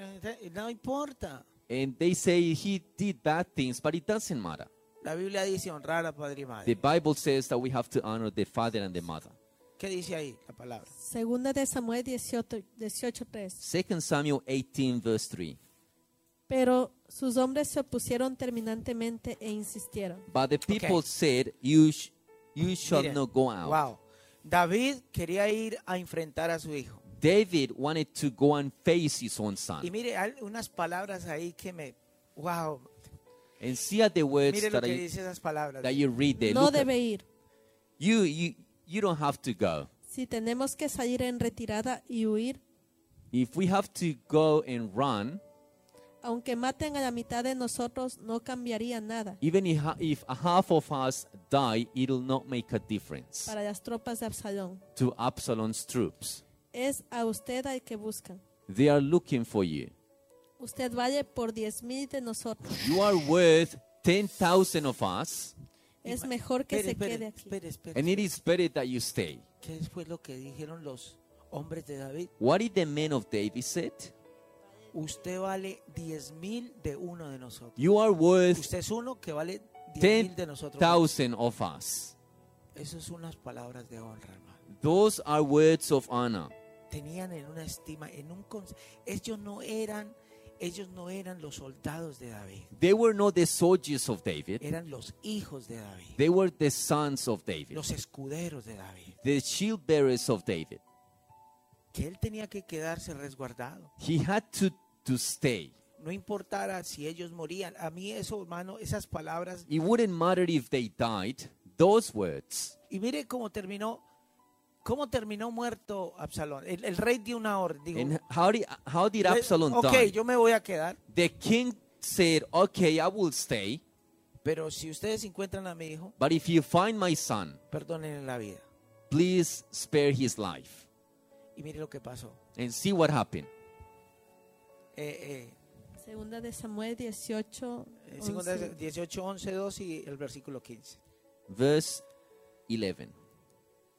S2: No importa.
S3: And they say he did bad things, but it doesn't matter.
S2: La Biblia dice honrar a padre y
S3: The
S2: madre.
S3: Bible says that we have to honor the father and the mother.
S2: ¿Qué dice ahí la palabra?
S4: Segunda de Samuel 18, 18:3.
S3: 2 Samuel 18, verse 3.
S4: Pero sus hombres se opusieron terminantemente e insistieron.
S3: But the people said, You, sh- you shall
S2: Mire,
S3: not go out.
S2: Wow. David quería ir a enfrentar a su hijo.
S3: David wanted to go and face his own son.
S2: Y mire, hay unas palabras ahí que me. ¡Wow!
S3: And see at the words
S2: Mire lo
S3: that,
S2: que
S3: I,
S2: dice esas palabras.
S3: that you read there.
S4: No
S3: Look at-
S4: debe ir.
S3: you, you, you don't have to go.
S4: Si tenemos que salir en retirada y huir,
S3: If we have to go and run,
S4: aunque maten a la mitad de nosotros, no cambiaría nada
S3: even if, ha- if a half of us die, it'll not make a difference
S4: para las tropas de Absalón.
S3: to Absalom's troops.
S4: Es a usted al que buscan.
S3: They are looking for you.
S4: Usted vale por diez mil de nosotros.
S3: You are worth 10,000 of us,
S4: Es mejor que
S2: Espere,
S4: se
S2: espere,
S4: quede aquí.
S2: espere, espere.
S3: and it is better that you stay.
S2: ¿Qué fue lo que dijeron los hombres de David?
S3: What did the men of David said?
S2: Usted vale 10 mil de uno de nosotros.
S3: You are worth
S2: Usted es uno que vale 10 mil de nosotros.
S3: 10,000 of us.
S2: Esas son unas palabras de honra, hermano.
S3: Those are words of honor.
S2: Tenían en una estima, en un cons- ellos no eran, ellos no eran los soldados de David,
S3: They were not the soldiers of David.
S2: eran los hijos de David,
S3: They were the sons of David,
S2: los escuderos de David.
S3: the shield bearers of David.
S2: Que él tenía que quedarse resguardado,
S3: He had to, to stay.
S2: no importara si ellos morían. A mí eso, hermano, esas palabras
S3: It wouldn't matter if they died. Those words.
S2: Y mire cómo terminó, cómo terminó muerto Absalón. El, el rey dio una orden. Dijo,
S3: And how did, how did
S2: "Le-
S3: Absalom
S2: ok,
S3: die?
S2: yo me voy a quedar,
S3: The king said, Okay, I will stay,
S2: pero si ustedes encuentran a mi hijo,
S3: but if you find my son,
S2: perdónenle la vida.
S3: please spare his life.
S2: Y mire lo que pasó.
S3: And see what happened.
S2: Eh,
S4: Segunda de Samuel 18.
S2: eh, eh, segunda
S4: 11.
S2: de- 18, 11, 2 y el versículo 15.
S3: Verse 11.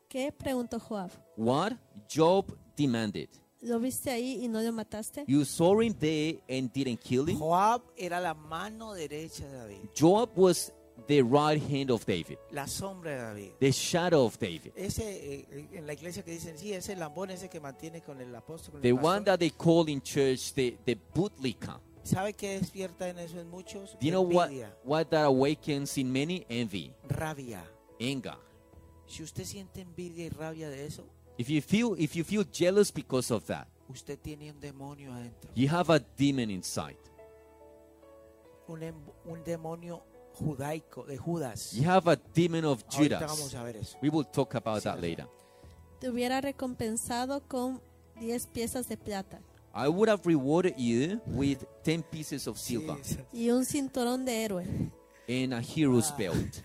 S4: ¿Qué? preguntó Joab.
S3: What Job demanded.
S4: ¿Lo viste ahí y no lo mataste?
S3: You saw him there and didn't kill him.
S2: Joab era la mano derecha de David,
S3: Job was the right hand of David,
S2: la sombra de David.
S3: the shadow of David,
S2: Ese, eh, eh, en la iglesia que dicen, sí, ese lambón ese que mantiene con el apóstol. con el
S3: the
S2: pastor".
S3: one that they call in church the, the bootlicker.
S2: ¿Sabe qué despierta en eso en muchos?
S3: Do you know what,
S2: Envidia,
S3: what that awakens in many? Envy,
S2: rabia.
S3: anger.
S2: Si usted siente envidia y rabia de eso,
S3: If you feel if you feel jealous because of that,
S2: usted tiene un demonio adentro,
S3: you have a demon inside.
S2: un, em- un demonio judaico de Judas.
S3: You have a demon of
S2: Ahorita vamos
S3: Judas.
S2: a ver eso.
S3: We will talk about
S2: Sí,
S3: that
S2: sí.
S3: later.
S4: Te hubiera recompensado con 10 piezas de plata
S3: I would have rewarded you with 10 pieces of
S2: Sí,
S3: silver
S2: sí.
S4: y un cinturón de héroe.
S3: and a hero's
S2: Ah.
S3: belt.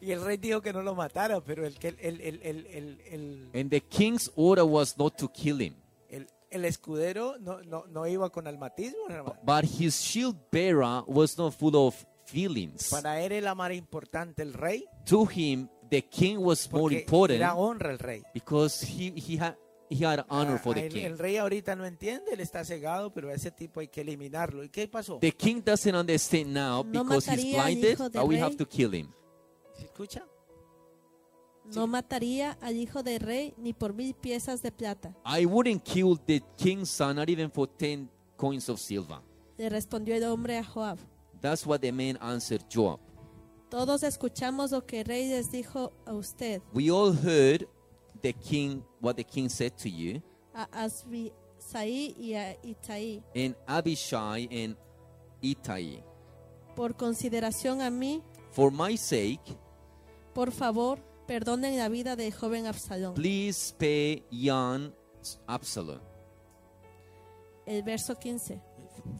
S2: Y el rey dijo que no lo matara, pero el que el, el, el, el, el, el-
S3: And the king's order was not to kill him.
S2: el- el escudero no, no, no iba con almatismo, hermano.
S3: But his shield bearer was not full of feelings.
S2: Para él era más importante el rey,
S3: To him, the king was more
S2: porque
S3: important
S2: era honra el rey.
S3: because he, he, had, he had honor
S2: Ah,
S3: for the
S2: el,
S3: king.
S2: el rey ahorita no entiende, él está cegado, pero a ese tipo hay que eliminarlo. ¿Y qué pasó?
S3: The king doesn't understand now
S4: No
S3: because he's
S4: mataría al
S3: blinded,
S4: hijo
S3: but
S4: del
S3: we
S4: rey.
S3: have to kill him.
S2: ¿Se escucha?
S4: No mataría al hijo del rey ni por mil piezas de plata.
S3: I wouldn't kill the king's son, not even for 10 coins of silver.
S4: Le respondió el hombre a Joab.
S3: That's what the man answered Joab.
S4: Todos escuchamos lo que el rey les dijo a usted,
S3: We all heard the king what the king said to you,
S4: a Asbisaí y a Itaí.
S3: and Abishai and Ittai.
S4: Por consideración a mí,
S3: For my sake,
S4: por favor, perdonen la vida del joven Absalón.
S3: please spare young Absalom.
S4: El verso 15.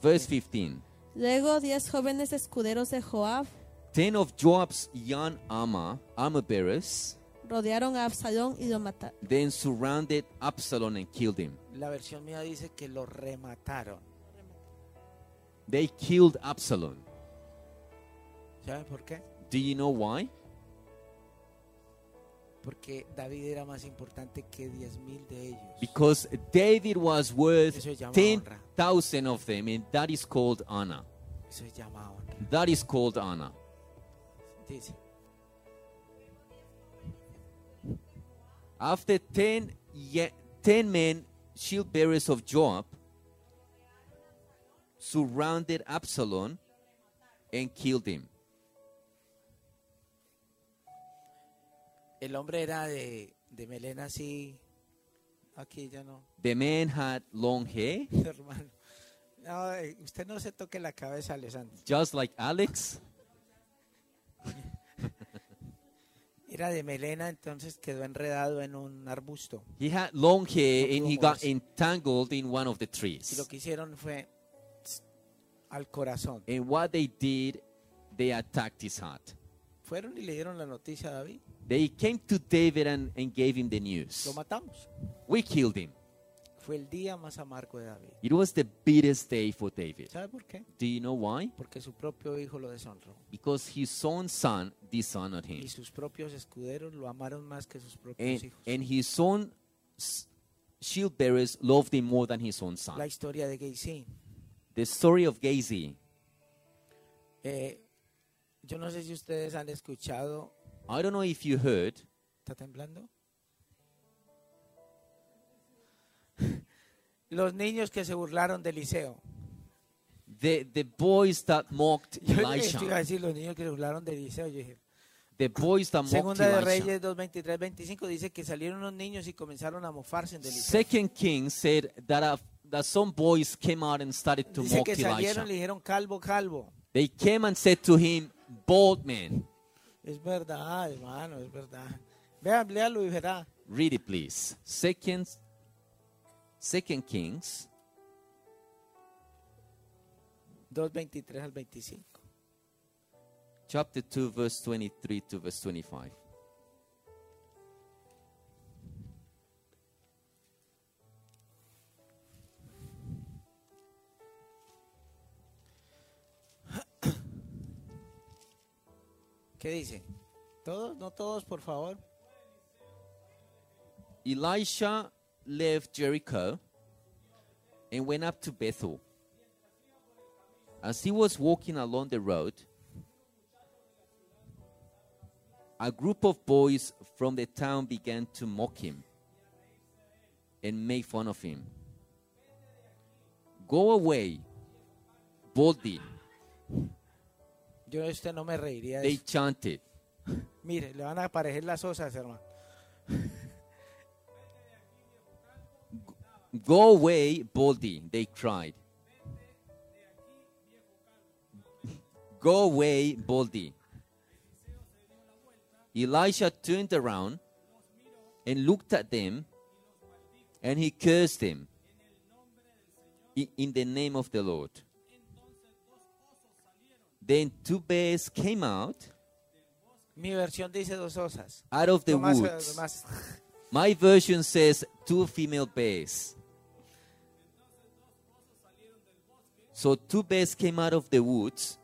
S3: Verse 15.
S4: Luego diez jóvenes escuderos de Joab
S3: Ten of Joab's young armor, armor bearers,
S4: rodearon a Absalón y lo mataron.
S3: then surrounded Absalom and killed him.
S2: La versión mía dice que lo remataron.
S3: They killed Absalom.
S2: ¿Saben por qué?
S3: Do you know why?
S2: Porque David era más importante que 10.000 de ellos.
S3: Because David was worth
S2: Eso se llama honra.
S3: 10,000 of them, and that is called honor.
S2: Eso se llama honra.
S3: That is called honor.
S2: Dice,
S3: After 10, ye- 10 men, shield bearers of Joab, surrounded Absalom and killed him.
S2: el hombre era de, de melena así. Aquí ya no,
S3: The man had long hair,
S2: <laughs> hermano. No, eh, usted no se toque la cabeza, Alessandro.
S3: just like Alex.
S2: Era de melena, entonces quedó enredado en un arbusto.
S3: He had long hair
S2: No
S3: and he
S2: pudo
S3: got
S2: moverse.
S3: entangled in one of the
S2: Y lo
S3: trees.
S2: que hicieron fue tss, al corazón.
S3: And what they did, they attacked his heart.
S2: Fueron y le dieron la noticia a David.
S3: They came to David and, and gave him the news.
S2: Lo matamos.
S3: We killed him.
S2: Fue el día más amargo de David.
S3: It was the bitterest day for David.
S2: ¿Sabe por qué?
S3: Do you know why?
S2: Porque su propio hijo lo deshonró.
S3: because his own son dishonored him,
S2: Y sus propios escuderos lo amaron más que sus propios
S3: and,
S2: hijos.
S3: and his own s- shield bearers loved him more than his own son.
S2: La historia de Gaysin.
S3: the story of Gazi.
S2: Eh, yo no sé si ustedes han escuchado.
S3: I don't know if you heard.
S2: ¿Está temblando? <laughs> Los niños que se burlaron de Eliseo.
S3: The, the boys that mocked
S2: <laughs> Yo estoy a
S3: Elisha.
S2: decir los niños que se burlaron de Eliseo. Yo dije,
S3: The boys that mocked
S2: Segunda de
S3: Elisha.
S2: Reyes 2, 23, 25 dice que salieron unos niños y comenzaron a mofarse de Eliseo.
S3: Second King said that, a, that some boys came out and started to
S2: Dice
S3: mock
S2: que salieron y le
S3: Elisha.
S2: dijeron calvo, calvo.
S3: They came and said to him, Bald man,
S2: Es verdad, hermano, es verdad. Vean, léalo y verá.
S3: read it please. Second, Second Kings
S2: 2, 23 al 25.
S3: chapter 2 verse 23 to verse 25
S2: ¿Qué dice? Todos, no todos, por favor.
S3: elisha left jericho and went up to bethel as he was walking along the road a group of boys from the town began to mock him and make fun of him go away boldly
S2: Yo de usted no me reiría de
S3: they
S2: eso.
S3: chanted
S2: Mire, le van a aparecer las osas, hermano.
S3: Go away, Baldy, they cried. Go away, Baldy. Elisha turned around and looked at them and he cursed them i- in the name of the Lord. Then two bears came out
S2: Mi versión dice dos osas.
S3: out of the
S2: Lo más-
S3: woods.
S2: lo más-
S3: My version says two female bears. So two bears came out of the woods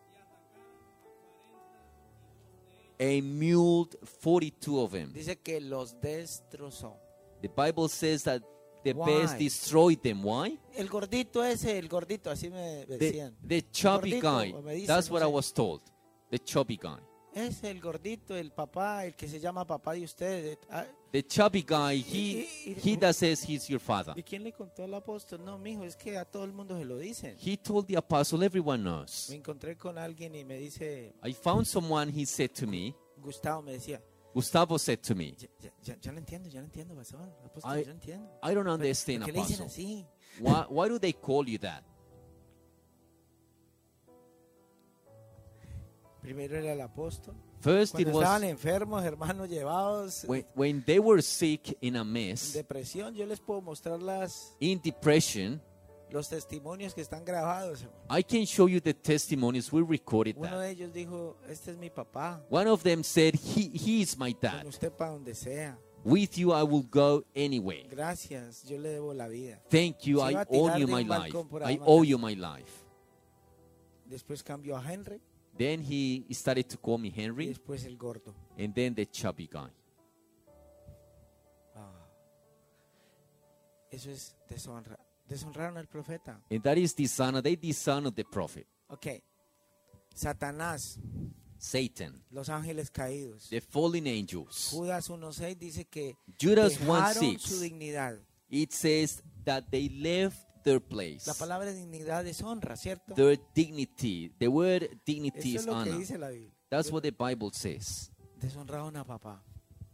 S3: and muled 42 of them.
S2: dice que los destrozó.
S3: The Bible says that the bears
S2: Why?
S3: destroyed them. Why?
S2: El gordito ese, el gordito, así me
S3: The,
S2: decían.
S3: the chubby
S2: Gordito,
S3: guy.
S2: o me dicen,
S3: That's
S2: no
S3: what I
S2: sé.
S3: was told. The chubby guy.
S2: Es el gordito, el papá, el que se llama papá de ustedes. Ah,
S3: The chubby guy, he,
S2: y- y-
S3: he that says he's your father.
S2: ¿Y quién le contó al apóstol? No, mijo, es que a todo el mundo se lo dicen.
S3: He told the apostle, everyone knows.
S2: Me encontré con alguien y me dice,
S3: I found someone, he said to me,
S2: Gustavo me decía,
S3: Gustavo said to me,
S2: ya, ya, ya- ya lo entiendo, ya lo entiendo, pastor, apóstol,
S3: Ay,
S2: yo lo entiendo.
S3: I don't
S2: ¿Por-
S3: understand,
S2: por qué le dicen
S3: Apostle.
S2: así?
S3: Why, why do they call you that?
S2: Primero era el apóstol.
S3: First, it
S2: Cuando estaban
S3: was
S2: enfermos, hermanos llevados,
S3: when, when they were sick in a
S2: en
S3: mess,
S2: depresión, yo les puedo mostrar las,
S3: in depression.
S2: los testimonios que están grabados. hermano.
S3: I can show you the testimonies. We recorded
S2: Uno
S3: that.
S2: de ellos dijo, este es mi papá,
S3: One of them said, he, he is my dad.
S2: con usted para donde sea.
S3: With you, I will go anyway.
S2: Gracias, yo le debo la vida.
S3: Thank you.
S2: Se iba
S3: I
S2: a
S3: owe
S2: tirar
S3: you
S2: de
S3: my
S2: un
S3: life.
S2: balcón por
S3: I
S2: ahí,
S3: owe
S2: Marta.
S3: you my life.
S2: Después cambió a Henry
S3: Then he started to call me
S2: y
S3: Henry,
S2: después el gordo.
S3: and then the chubby guy.
S2: Eso es deshonra. Deshonraron al profeta.
S3: And that is dishonor. They dishonored the prophet,
S2: Ok. Satanás,
S3: Satan,
S2: los ángeles caídos.
S3: the fallen angels.
S2: Judas 1.6 dice que
S3: Judas
S2: dejaron su
S3: 1:6.
S2: dignidad.
S3: It says that they left
S2: La
S3: their place,
S2: palabra dignidad es honra, ¿cierto?
S3: their dignity. The word
S2: Eso
S3: dignity
S2: es
S3: is
S2: lo que
S3: honor.
S2: dice la Biblia.
S3: That's what the Bible says.
S2: Deshonraron a papá.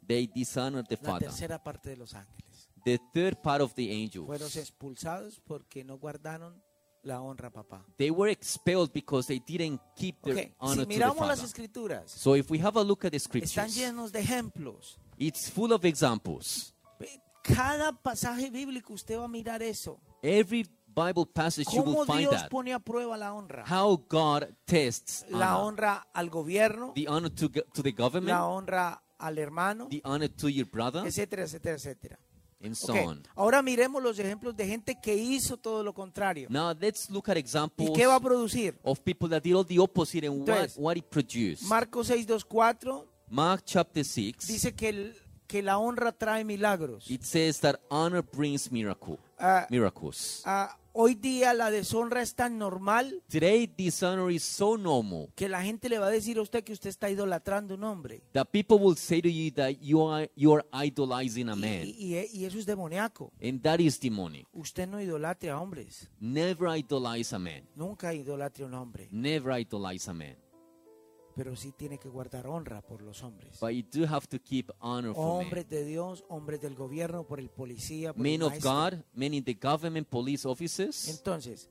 S3: They dishonored the
S2: La
S3: Father.
S2: tercera parte de los ángeles.
S3: The third part of the
S2: Fueron
S3: angels.
S2: expulsados porque no guardaron la honra a papá.
S3: They were expelled because they didn't keep their
S2: Ok,
S3: honor
S2: Si
S3: to the
S2: miramos las
S3: Father.
S2: escrituras,
S3: So if we have a look at the
S2: están
S3: scriptures,
S2: llenos de ejemplos.
S3: it's full of examples.
S2: Ve, Cada pasaje bíblico usted va a mirar eso.
S3: Every Bible passage you
S2: ¿Cómo
S3: will find
S2: Dios
S3: that.
S2: pone a prueba la honra?
S3: How God tests
S2: La
S3: honor.
S2: honra al gobierno,
S3: The honor to, go- to the
S2: la
S3: government,
S2: honra al hermano,
S3: the honor to your brother,
S2: etcétera, etcétera, etcétera.
S3: and so
S2: Ok,
S3: on.
S2: Ahora miremos los ejemplos de gente que hizo todo lo contrario.
S3: Now let's look at
S2: ¿Y
S3: examples
S2: qué va a producir?
S3: of people that did all the opposite and what,
S2: Entonces,
S3: what it produced.
S2: Marcos 6.2.4
S3: Mark chapter 6,
S2: dice que, el- que la honra trae milagros.
S3: it says that honor brings miracle,
S2: Ah,
S3: miracles.
S2: ah, hoy día la deshonra es tan normal
S3: Today, dishonor is so normal
S2: que la gente le va a decir a usted que usted está idolatrando un hombre.
S3: that people will say to you that you are, you are idolizing a
S2: Y-
S3: man,
S2: Y, eh, y- y eso es demoníaco.
S3: and that is demonic.
S2: Usted no idolatre a hombres.
S3: Never idolize a man.
S2: Nunca idolatre a un hombre.
S3: Never idolize a man.
S2: Pero sí tiene que guardar honra por los hombres.
S3: But you do have to keep honor for men.
S2: Hombres de Dios, hombres del gobierno, por el policía, por el
S3: men of
S2: maestro.
S3: God, men in the government, police officers.
S2: Entonces,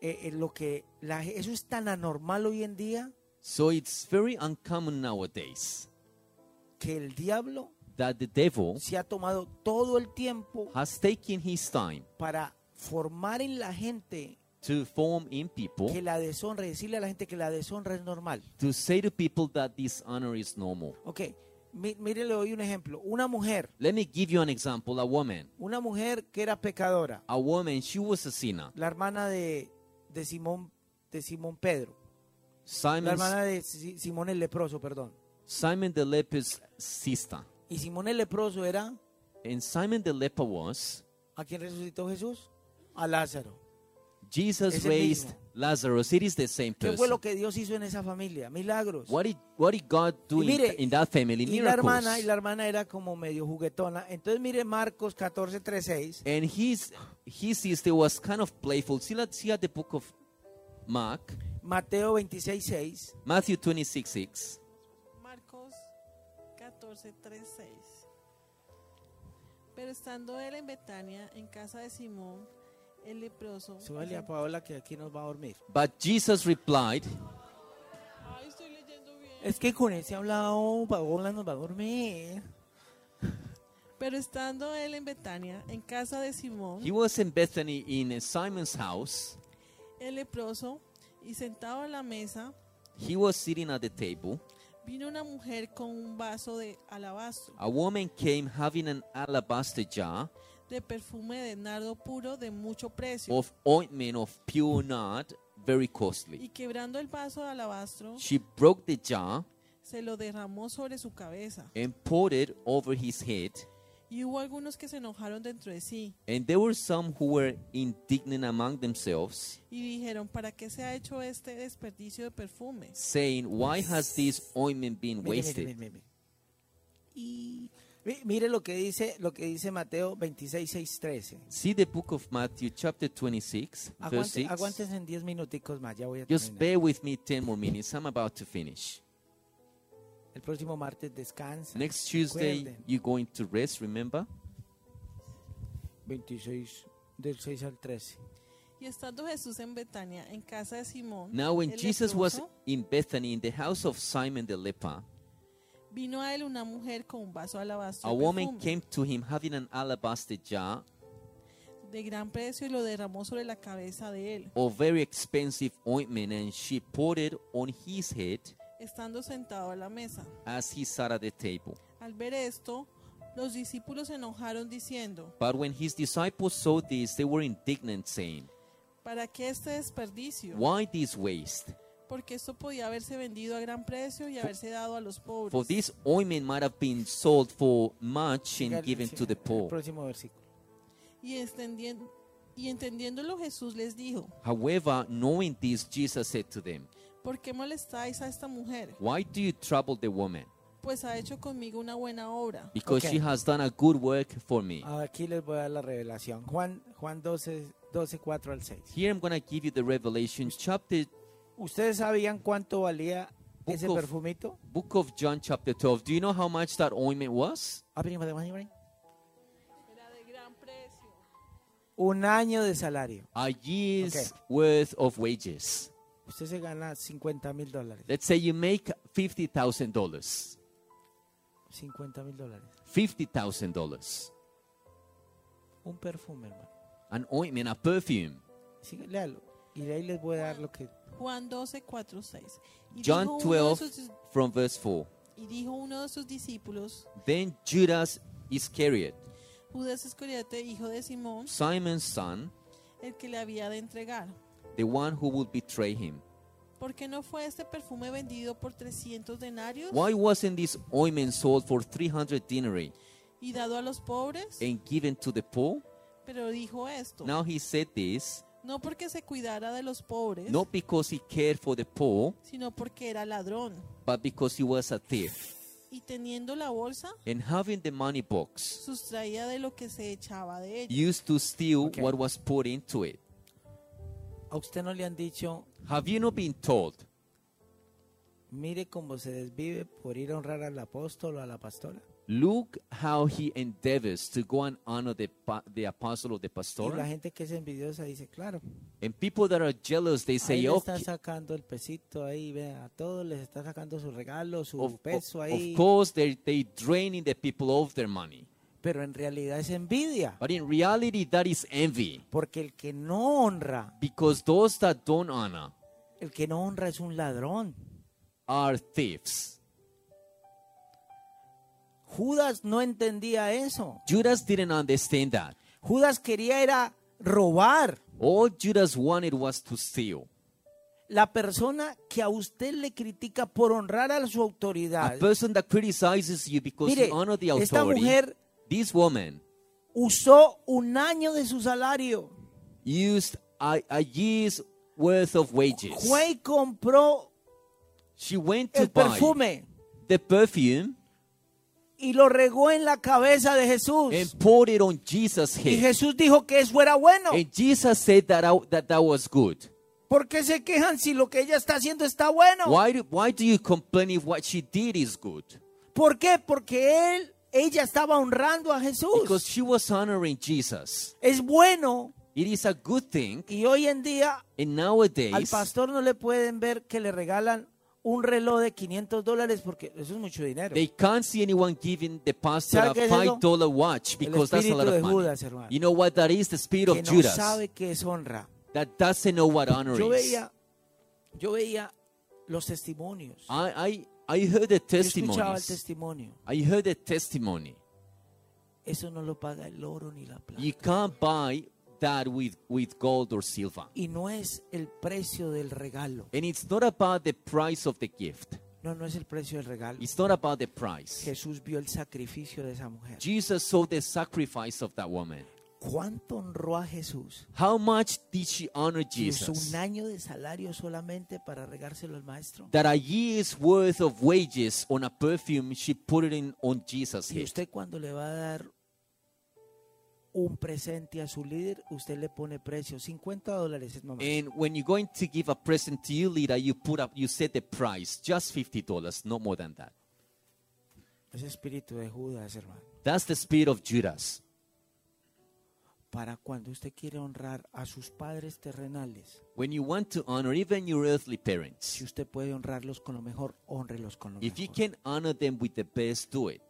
S2: eh, eh, lo que la- eso es tan anormal hoy en día
S3: So it's very uncommon nowadays
S2: que el diablo
S3: that the devil
S2: se ha tomado todo el tiempo
S3: has taken his time
S2: para formar en la gente
S3: to form in people,
S2: que la deshonra, y decirle a la gente que la deshonra es normal.
S3: to say to people that dishonor is normal.
S2: Ok, mi- mire, le doy un ejemplo. Una mujer,
S3: Let me give you an example. A woman,
S2: una mujer que era pecadora,
S3: a woman, she was a sinner.
S2: la hermana de, de Simón de Simón Pedro, la
S3: Simon,
S2: hermana de Si- Simón el leproso, perdón.
S3: Simon the leper's sister.
S2: Y Simón el leproso era
S3: And Simon the leper was,
S2: a quien resucitó Jesús, a Lázaro.
S3: Jesus
S2: Es el
S3: raised
S2: mismo.
S3: Lazarus. It is the same
S2: ¿Qué fue
S3: person.
S2: lo que Dios hizo en esa familia? Milagros.
S3: What did, what did God do
S2: Y
S3: in,
S2: mire,
S3: in that family?
S2: y la
S3: Miracles.
S2: hermana, y la hermana era como medio juguetona. Entonces mire Marcos 14, 3, 6.
S3: and his his sister was kind of playful. See, let's see at the book of Mark,
S2: Mateo 26, 6.
S3: Matthew 26, 6.
S5: Marcos 14, 3, 6. Pero estando él en Betania, en casa de Simón, el leproso.
S2: Súbele a Paola que aquí nos va a dormir.
S3: But Jesus replied,
S5: Ay, estoy leyendo bien.
S2: Es que con ese hablado Paola nos va a dormir.
S5: Pero estando él en Betania, en casa de Simón,
S3: He was in Bethany in Simon's house.
S5: el leproso, y sentado a la mesa,
S3: He was sitting at the table.
S5: vino una mujer con un vaso de alabastro,
S3: A woman came having an alabaster jar
S5: de perfume de nardo puro de mucho precio,
S3: of ointment of pure nard, very costly.
S5: y quebrando el vaso de alabastro,
S3: She broke the jar
S5: se lo derramó sobre su cabeza.
S3: and poured it over his head.
S5: Y hubo algunos que se enojaron dentro de sí,
S3: And there were some who were indignant among themselves,
S5: y dijeron, ¿para qué se ha hecho este desperdicio de perfume?
S3: saying, Why has this ointment been
S2: Mire, mire, mire,
S3: wasted?
S2: mire, mire. Y mi- mire lo que dice, lo que dice Mateo 26, 6, 13.
S3: See the book of Matthew, chapter 26, verse
S2: Aguante,
S3: 6.
S2: aguántense en 10 minuticos más, ya voy a
S3: Just
S2: terminar.
S3: bear with me 10 more minutes. I'm about to finish.
S2: El próximo martes descansa.
S3: Next Tuesday,
S2: Recuerden.
S3: you're going to rest, remember?
S2: 26, del 6 al 13.
S5: Y estando Jesús en Betania, en casa de Simón,
S3: Now, when
S5: el
S3: Jesus was
S5: leproso,
S3: in Bethany, in the house of Simon the leper,
S5: vino a él una mujer con un vaso de alabastro
S3: a
S5: de
S3: woman
S5: perfume
S3: came to him having an alabaster jar
S5: de gran precio y lo derramó sobre la cabeza de él.
S3: of very expensive ointment, and she poured it on his head
S5: estando sentado a la mesa.
S3: as he sat at the table.
S5: Al ver esto, los discípulos se enojaron diciendo,
S3: But when his disciples saw this, they were indignant, saying,
S5: ¿para qué este desperdicio?
S3: Why this waste?
S5: Porque esto podía haberse vendido a gran precio y haberse dado a los pobres.
S3: For this ointment might have been sold for much
S2: Siga
S3: and
S2: el-
S3: given
S2: siga
S3: to the
S2: el
S3: poor.
S2: próximo versículo.
S5: Y, extendien- y entendiéndolo Jesús les dijo,
S3: However, knowing this, Jesus said to them,
S5: ¿por qué molestáis a esta mujer?
S3: Why do you trouble the woman?
S5: Pues ha hecho conmigo una buena obra.
S3: Because
S2: Okay. Uh,
S3: she has done a good work for me.
S2: Aquí les voy a dar la revelación. Juan, Juan 12, 12, 4 al 6.
S3: Here I'm going to give you the Revelation chapter,
S2: ¿Ustedes sabían cuánto valía ese
S3: Book of-
S2: perfumito?
S3: book of John, chapter 12. Do you know how much that ointment was?
S2: Abrí, abrí, abrí, abrí.
S5: Era de gran precio.
S2: Un año de salario.
S3: A year's
S2: Okay.
S3: worth of wages.
S2: Usted se gana 50 mil dólares.
S3: Let's say you make $50,000.
S2: 50 mil dólares.
S3: $50,000.
S2: Un perfume, hermano.
S3: An ointment, a perfume.
S2: Sí, léalo. Y de ahí les voy a dar lo que...
S5: Juan 12, 4, 6. Y
S3: John
S5: dijo uno de
S3: 12,
S5: sus dis-
S3: from verse 4.
S5: y dijo uno de sus discípulos,
S3: Then Judas Iscariot,
S5: Judas Iscariota, hijo de Simón,
S3: Simon's son,
S5: el que le había de entregar.
S3: the one who would betray him.
S5: ¿Por qué no fue este perfume vendido por 300 denarios
S3: Why wasn't this ointment sold for 300 denarii
S5: y dado a los pobres?
S3: and given to the poor?
S5: Pero dijo esto,
S3: Now he said this
S5: no porque se cuidara de los pobres,
S3: not because he cared for the poor,
S5: sino porque era ladrón.
S3: but because he was a thief.
S5: Y teniendo la bolsa,
S3: And having the money box
S5: sustraía de lo que se echaba de ella.
S3: used to steal
S2: Okay.
S3: what was put into it.
S2: A usted no le han dicho,
S3: Have you not been told?
S2: mire cómo se desvive por ir a honrar al apóstol o a la pastora.
S3: Look how he endeavors to go and honor the, pa- the apostle of
S2: Y
S3: the
S2: la
S3: pastor.
S2: gente que es envidiosa dice, claro,
S3: And people that are jealous, they
S2: ahí
S3: say,
S2: le
S3: okay,
S2: está sacando el pesito ahí, vea, a todos les está sacando su regalo, su
S3: of,
S2: peso
S3: of-
S2: ahí.
S3: of course, they they draining the people of their money.
S2: Pero en realidad es envidia,
S3: But in reality, that is envy.
S2: porque el que no honra,
S3: Because those that don't honor
S2: el que no honra es un ladrón.
S3: are thieves.
S2: Judas no entendía eso.
S3: Judas didn't understand that.
S2: Judas quería era robar.
S3: All Judas wanted was to steal.
S2: La persona que a usted le critica por honrar a su
S3: A
S2: autoridad.
S3: person that criticizes you because
S2: Mire,
S3: you honor the
S2: esta
S3: authority,
S2: mujer
S3: this woman
S2: usó un año de su salario.
S3: used a, a year's worth of wages.
S2: Fue y compró
S3: She went to
S2: el
S3: buy
S2: perfume
S3: the perfume
S2: y lo regó en la cabeza de Jesús.
S3: and poured it on Jesus'
S2: Y
S3: head.
S2: Jesús dijo que eso era bueno.
S3: And Jesus said that I- that, that was good.
S2: ¿Por qué se quejan si lo que ella está haciendo está bueno?
S3: Why do, why do you complain if what she did is good?
S2: ¿Por qué? Porque él Ella estaba honrando a
S3: because
S2: Jesús.
S3: she was honoring Jesus.
S2: Es bueno
S3: It is a good thing.
S2: y hoy en día
S3: And
S2: al
S3: nowadays,
S2: pastor no le pueden ver que le regalan un reloj de 500 dólares porque eso es mucho dinero.
S3: they can't see anyone giving the pastor
S2: ¿Sabe
S3: a
S2: qué es eso?
S3: five dollar watch because that's a
S2: espíritu
S3: lot
S2: de
S3: of money.
S2: Judas, hermano.
S3: You know what? That is the spirit
S2: Que
S3: of
S2: no
S3: Judas
S2: sabe qué es honra.
S3: that doesn't know what honor
S2: Yo
S3: is.
S2: veía, yo veía los testimonios. Yo
S3: I, I, I heard the
S2: escuchaba el
S3: testimonies.
S2: testimonio.
S3: I heard the testimony.
S2: Eso no lo paga el oro ni la plata.
S3: You can't buy that with, with gold or silver.
S2: Y no es el precio del regalo.
S3: And it's not about the price of the gift.
S2: No, no es el precio del regalo.
S3: It's not about the price.
S2: Jesús vio el sacrificio de esa mujer.
S3: Jesus saw the sacrifice of that woman.
S2: ¿Cuánto honró a Jesús?
S3: How much did she honor
S2: Y usó
S3: Jesus?
S2: un año de salario solamente para regárselo al maestro.
S3: That a year's worth of wages on a perfume, she put it in on Jesus'
S2: Y
S3: head.
S2: usted cuando le va a dar un presente a su líder, usted le pone precio. 50 dólares es nomás.
S3: And when you're going to give a present to your leader, you put up, you set the price, just fifty dollars, no more than that.
S2: Ese espíritu de Judas, hermano.
S3: That's the spirit of Judas.
S2: Para cuando usted quiere honrar a sus padres terrenales,
S3: When you want to honor even your earthly
S2: si
S3: parents,
S2: usted puede honrarlos con lo mejor, honrelos con lo
S3: if you
S2: mejor.
S3: can honor them with the best, do it.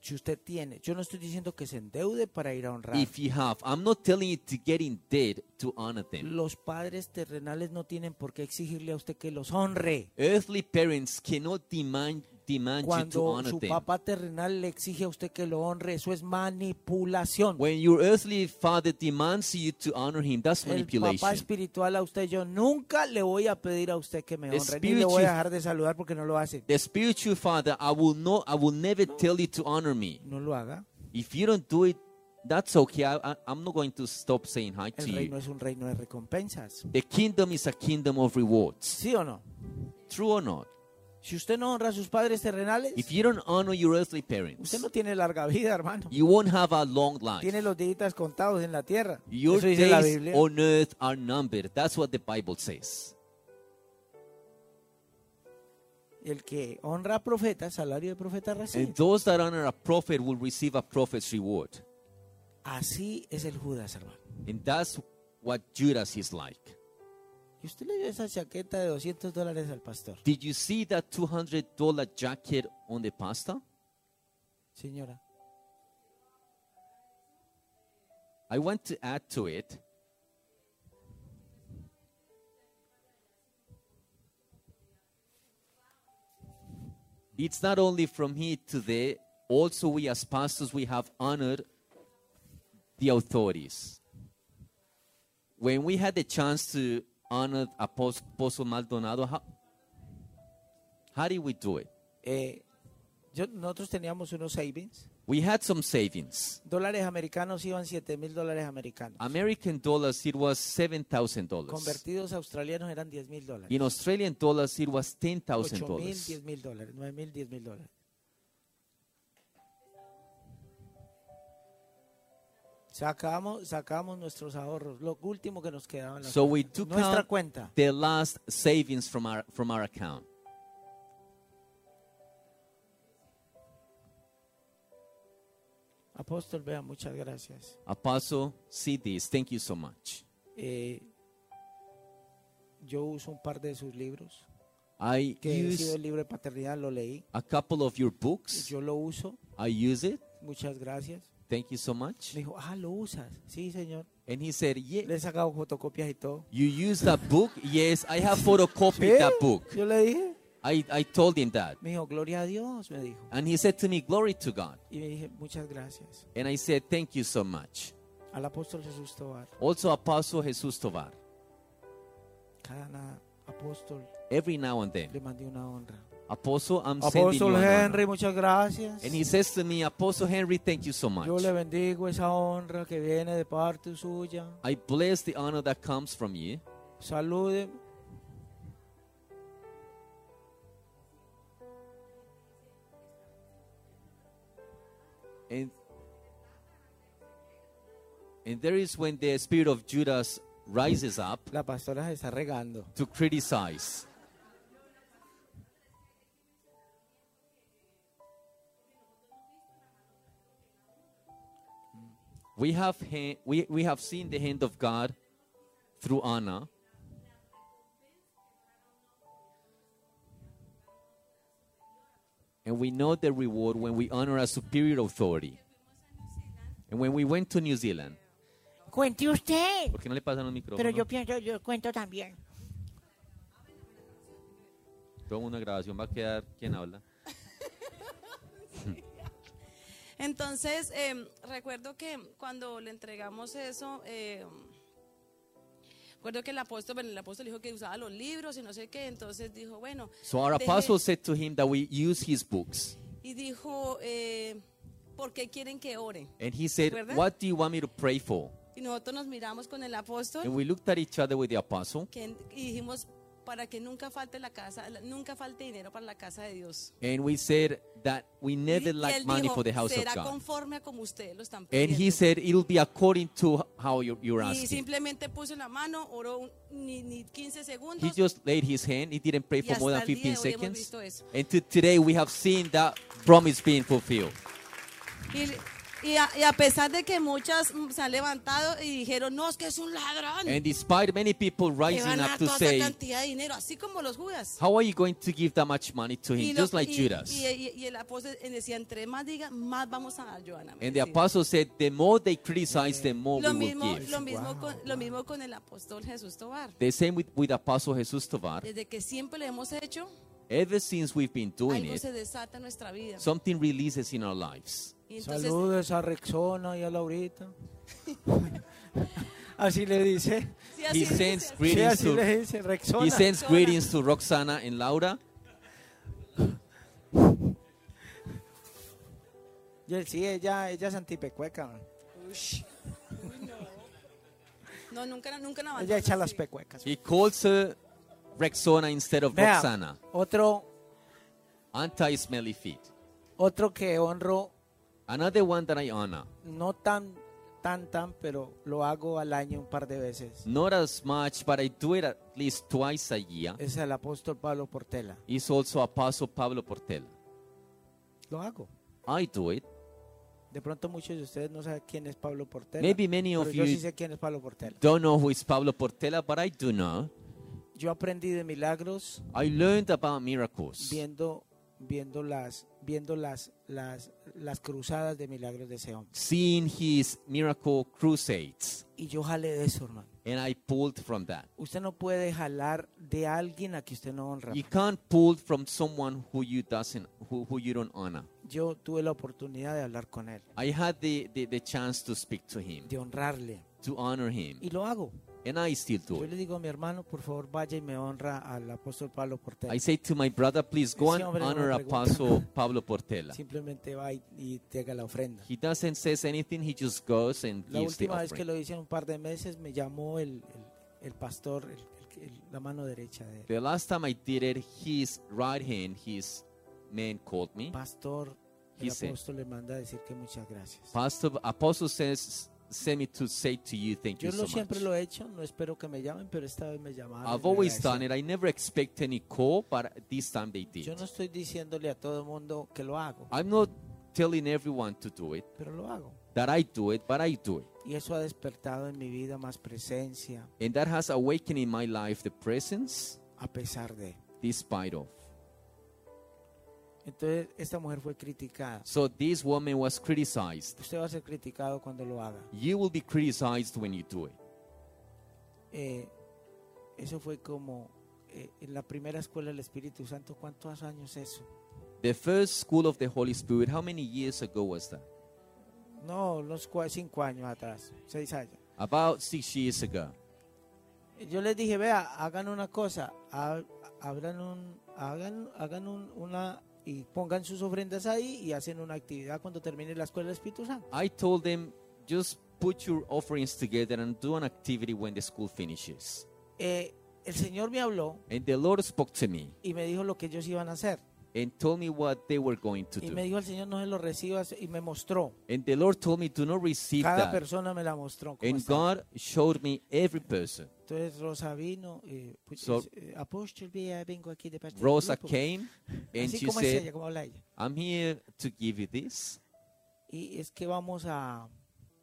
S2: Si usted tiene, yo no estoy diciendo que se endeude para ir a honrar.
S3: If you have, I'm not telling you to get in debt to honor them.
S2: Los padres terrenales no tienen por qué exigirle a usted que los honre.
S3: Earthly parents cannot demand demand you to
S2: Cuando
S3: honor
S2: su
S3: them.
S2: papá terrenal le exige a usted que lo honre, eso es manipulación.
S3: When your earthly father demands you to honor him, that's
S2: El papá
S3: manipulation.
S2: espiritual a usted, yo nunca le voy a pedir a usted que me
S3: The
S2: honre, ni le voy a
S3: spiritual-
S2: dejar de saludar porque no lo hace.
S3: The spiritual father, I will not, I will never tell you to honor me.
S2: No lo haga.
S3: If you don't do it, that's okay. I, I, I'm not going to stop saying hi to
S2: El reino
S3: you.
S2: es un reino de recompensas.
S3: The kingdom is a kingdom of rewards.
S2: ¿Sí o no?
S3: True or not?
S2: Si usted no honra a sus padres terrenales,
S3: If you don't honor your earthly parents,
S2: usted no tiene larga vida, hermano.
S3: you won't have a long life.
S2: Tiene los días contados en la tierra.
S3: Your
S2: Eso dice la
S3: days
S2: Biblia.
S3: on earth are numbered. That's what the Bible says.
S2: El que honra a profeta, salario de profeta recibe.
S3: And those that honor a prophet will receive a prophet's reward.
S2: Así es el Judas, hermano.
S3: And that's what Judas is like.
S2: Y usted le dio esa chaqueta de 200 dólares al pastor.
S3: Did you see that $200 jacket on the pastor?
S2: Señora,
S3: I want to add to it. It's not only from here to there, also, we as pastors, we have honored the authorities. When we had the chance to honor Apos- Apostle Maldonado, how, how did we do it?
S2: eh, yo- nosotros teníamos unos savings.
S3: We had some savings.
S2: Dólares americanos iban 7 mil dólares
S3: Ah,
S2: americanos.
S3: American dollars, it was $7,000.
S2: Convertidos a australianos eran 10 mil dólares.
S3: In Australian dollars, it was ten thousand
S2: 8 mil,
S3: dollars.
S2: 10 mil dólares. 9 mil, 10 mil dólares. Sacamos, sacamos nuestros ahorros, lo último que nos quedaba en la
S3: So we
S2: cuenta,
S3: took
S2: nuestra
S3: out
S2: cuenta.
S3: the last savings from our from our account.
S2: Apóstol, vea, muchas gracias.
S3: Apostle, see this. Thank you so much.
S2: Eh, yo uso un par de sus libros,
S3: I
S2: que he sido
S3: use
S2: el libro de paternidad, lo leí,
S3: a couple of your books.
S2: yo lo uso,
S3: I use it.
S2: muchas gracias.
S3: Thank you so much.
S2: Me dijo, ah, lo usas, sí, señor.
S3: And he said,
S2: Le
S3: "Yeah,
S2: he sacado fotocopias y todo.
S3: you use that book. Yes, I have photocopied
S2: ¿Sí?
S3: that book.
S2: Yo le dije,
S3: I I told him that,
S2: me dijo, gloria a Dios, me dijo.
S3: and he said to me, "Glory to God."
S2: Y me dije, muchas gracias.
S3: And I said, "Thank you so much."
S2: Al apóstol Jesús Tobar,
S3: Also, Apostle Jesus Tovar.
S2: cada nada, apóstol,
S3: Every now and then,
S2: le mandé una honra.
S3: Apostle, I'm sending you
S2: Apóstol
S3: an honor.
S2: Henry, muchas gracias.
S3: And he says to me, Apostle Henry, thank you so much.
S2: Yo le bendigo esa honra que viene de parte suya.
S3: I bless the honor that comes from you.
S2: Salude.
S3: And, and there is when the spirit of Judas rises up
S2: La pastora se está regando.
S3: to criticize. We have, he- we, we have seen the hand of God through Anna. And we know the reward when we honor a superior authority. And when we went to New Zealand,
S6: Cuente usted.
S3: ¿por qué no le pasan los
S6: Pero
S3: micrófonos?
S6: yo pienso, yo cuento también.
S3: Toda una grabación va a quedar quien habla.
S4: Entonces, eh, recuerdo que cuando le entregamos eso, eh, recuerdo que el apóstol, bueno, el apóstol dijo que usaba los libros y no sé qué, entonces dijo, bueno,
S3: So our
S4: deje-
S3: apostle said to him that we use his books.
S4: y dijo, eh, ¿por qué quieren que ore?
S3: And he said,
S4: ¿Recuerdan?
S3: What do you want me to pray for?
S4: Y nosotros nos miramos con el
S3: And
S4: apóstol
S3: we looked at each other with the apostle
S4: que- y dijimos, para que nunca falte la casa, la- nunca falte dinero para la casa de Dios.
S3: and we said that we
S4: Y
S3: never
S4: él
S3: lack money
S4: dijo,
S3: for the house of
S4: será
S3: God.
S4: conforme a como ustedes lo están
S3: And
S4: pidiendo.
S3: he said, It'll be according to how you're, you're
S4: y
S3: asking.
S4: simplemente puso la mano, oró un- ni, ni 15 segundos.
S3: He just laid his hand, he didn't pray
S4: Y
S3: for more than
S4: hasta el día
S3: 15
S4: de hoy hemos
S3: seconds.
S4: visto eso.
S3: And to today we have seen that promise being fulfilled.
S4: Y, y a, y a pesar de que muchas mm, se han levantado y dijeron, no, es que es un ladrón.
S3: And despite many people
S4: que van
S3: rising
S4: a
S3: up to
S4: toda
S3: say,
S4: cantidad de dinero, así como los Judas.
S3: How are you going to give that much money to
S4: Y,
S3: him?
S4: lo-
S3: Just like
S4: y-
S3: Judas.
S4: y- y- y el apóstol decía, entre más diga, más vamos a dar, Joana. me
S3: And the
S4: decía.
S3: apostle said, The more they criticize, the more
S4: lo,
S3: we will
S4: mismo,
S3: give.
S4: lo, mismo con, lo mismo con el apóstol Jesús Tobar.
S3: The same with, with Apostle Jesus Tovar.
S4: Desde que siempre le hemos hecho,
S3: Ever since we've been doing
S4: algo
S3: it,
S4: se desata en nuestra vida.
S3: something releases in our lives.
S4: Y entonces,
S2: Saludos a Rexona y a Laurita. <laughs> así le dice.
S4: sí, así
S3: He
S4: dice,
S3: sends
S4: así.
S2: Sí,
S3: greetings
S2: así
S3: to,
S2: le dice Rexona.
S3: he sends greetings to Roxana and Laura.
S2: Y- Sí, ella, ella es antipecueca. man.
S4: No, nunca, nunca
S2: Ella
S4: la abandona,
S2: echa las
S4: sí.
S2: pecuecas.
S3: He calls her Rexona instead of
S2: Vea,
S3: Roxana.
S2: Otro,
S3: Anti-smelly feet.
S2: otro que honro,
S3: Another one that I honor.
S2: no tan, tan, tan, pero lo hago al año un par de veces.
S3: Not as much, but I do it at least twice a year.
S2: Es el apóstol Pablo Portela.
S3: Is also Apostle Pablo Portela.
S2: Lo hago.
S3: I do it.
S2: De pronto muchos de ustedes no saben quién es Pablo Portela.
S3: Maybe many
S2: pero
S3: of
S2: yo
S3: you
S2: sí sé quién es Pablo Portela.
S3: don't know who is Pablo Portela, but I do know.
S2: Yo aprendí de milagros
S3: I learned about miracles.
S2: viendo viendo las viendo las las las cruzadas de milagros de ese hombre.
S3: seeing his miracle crusades
S2: Y yo jalé de eso, hermano.
S3: and I pulled from that.
S2: Usted no puede jalar de alguien a que usted no honra.
S3: You can't pull from someone who you doesn't who, who you don't honor.
S2: Yo tuve la oportunidad de hablar con él,
S3: I had the, the, the chance to speak to him,
S2: de honrarle
S3: to honor him,
S2: y lo hago.
S3: and I still do
S2: Yo le
S3: it.
S2: digo a mi hermano, por favor, vaya y me honra al apóstol Pablo Portela.
S3: I say to my brother, please go
S2: Ese
S3: and
S2: hombre no
S3: honor
S2: me
S3: Apostle
S2: <laughs>
S3: Pablo Portela.
S2: Simplemente va y, y te haga la ofrenda.
S3: He doesn't says anything, he just goes and
S2: La
S3: gives the
S2: última vez que
S3: offering.
S2: lo hice en un par de meses me llamó el, el- el pastor, el- el- el- la mano derecha de él.
S3: The last time I did it, his right hand, his man called me.
S2: Pastor, el
S3: He said-
S2: apóstol le manda a decir que muchas gracias.
S3: Pastor Apostle says, send me to say to you, thank
S2: Yo
S3: you so
S2: lo
S3: much.
S2: siempre lo he hecho, no espero que me llamen, pero esta vez me llamaron.
S3: I've
S2: me
S3: always done it.
S2: agradecieron.
S3: I never expect any call, but this time they
S2: Yo
S3: did.
S2: no estoy diciéndole a todo el mundo que lo hago,
S3: I'm not telling everyone to do it,
S2: pero lo hago.
S3: that I do it, but I do it.
S2: Y eso ha despertado en mi vida más presencia
S3: And that has awakened in my life the presence,
S2: a pesar de.
S3: despite of.
S2: Entonces, esta mujer fue criticada.
S3: So this woman was criticized.
S2: Usted va a ser criticado cuando lo haga.
S3: You will be criticized when you do it.
S2: Eh, eso fue como eh, en la primera escuela del Espíritu Santo. ¿Cuántos años eso?
S3: The first school of the Holy Spirit, how many years ago was that?
S2: No, unos cua- cinco años atrás, seis años.
S3: About six years ago.
S2: Yo les dije, vea, hagan una cosa, ab- abran un, hagan, hagan un- una y pongan sus ofrendas ahí y hacen una actividad cuando termine la escuela del Espíritu Santo.
S3: I told them, just put your offerings together and do an activity when the school finishes.
S2: Eh, el Señor me habló
S3: And the Lord spoke to me.
S2: y me dijo lo que ellos iban a hacer.
S3: and told me what they were going to
S2: Y me
S3: do.
S2: dijo el Señor, no se lo recibas y me mostró.
S3: And the Lord told me, do not receive
S2: Cada
S3: that.
S2: persona me la mostró. cómo
S3: And
S2: estaba.
S3: God showed me every person.
S2: Entonces Rosa vino, eh, pues,
S3: So-
S2: eh, apóstol, vea, vengo aquí de parte del
S3: Rosa
S2: grupo.
S3: came and
S2: Así
S3: she
S2: como es
S3: said,
S2: ella, como habla ella.
S3: I'm here to give you this.
S2: Y es que vamos a,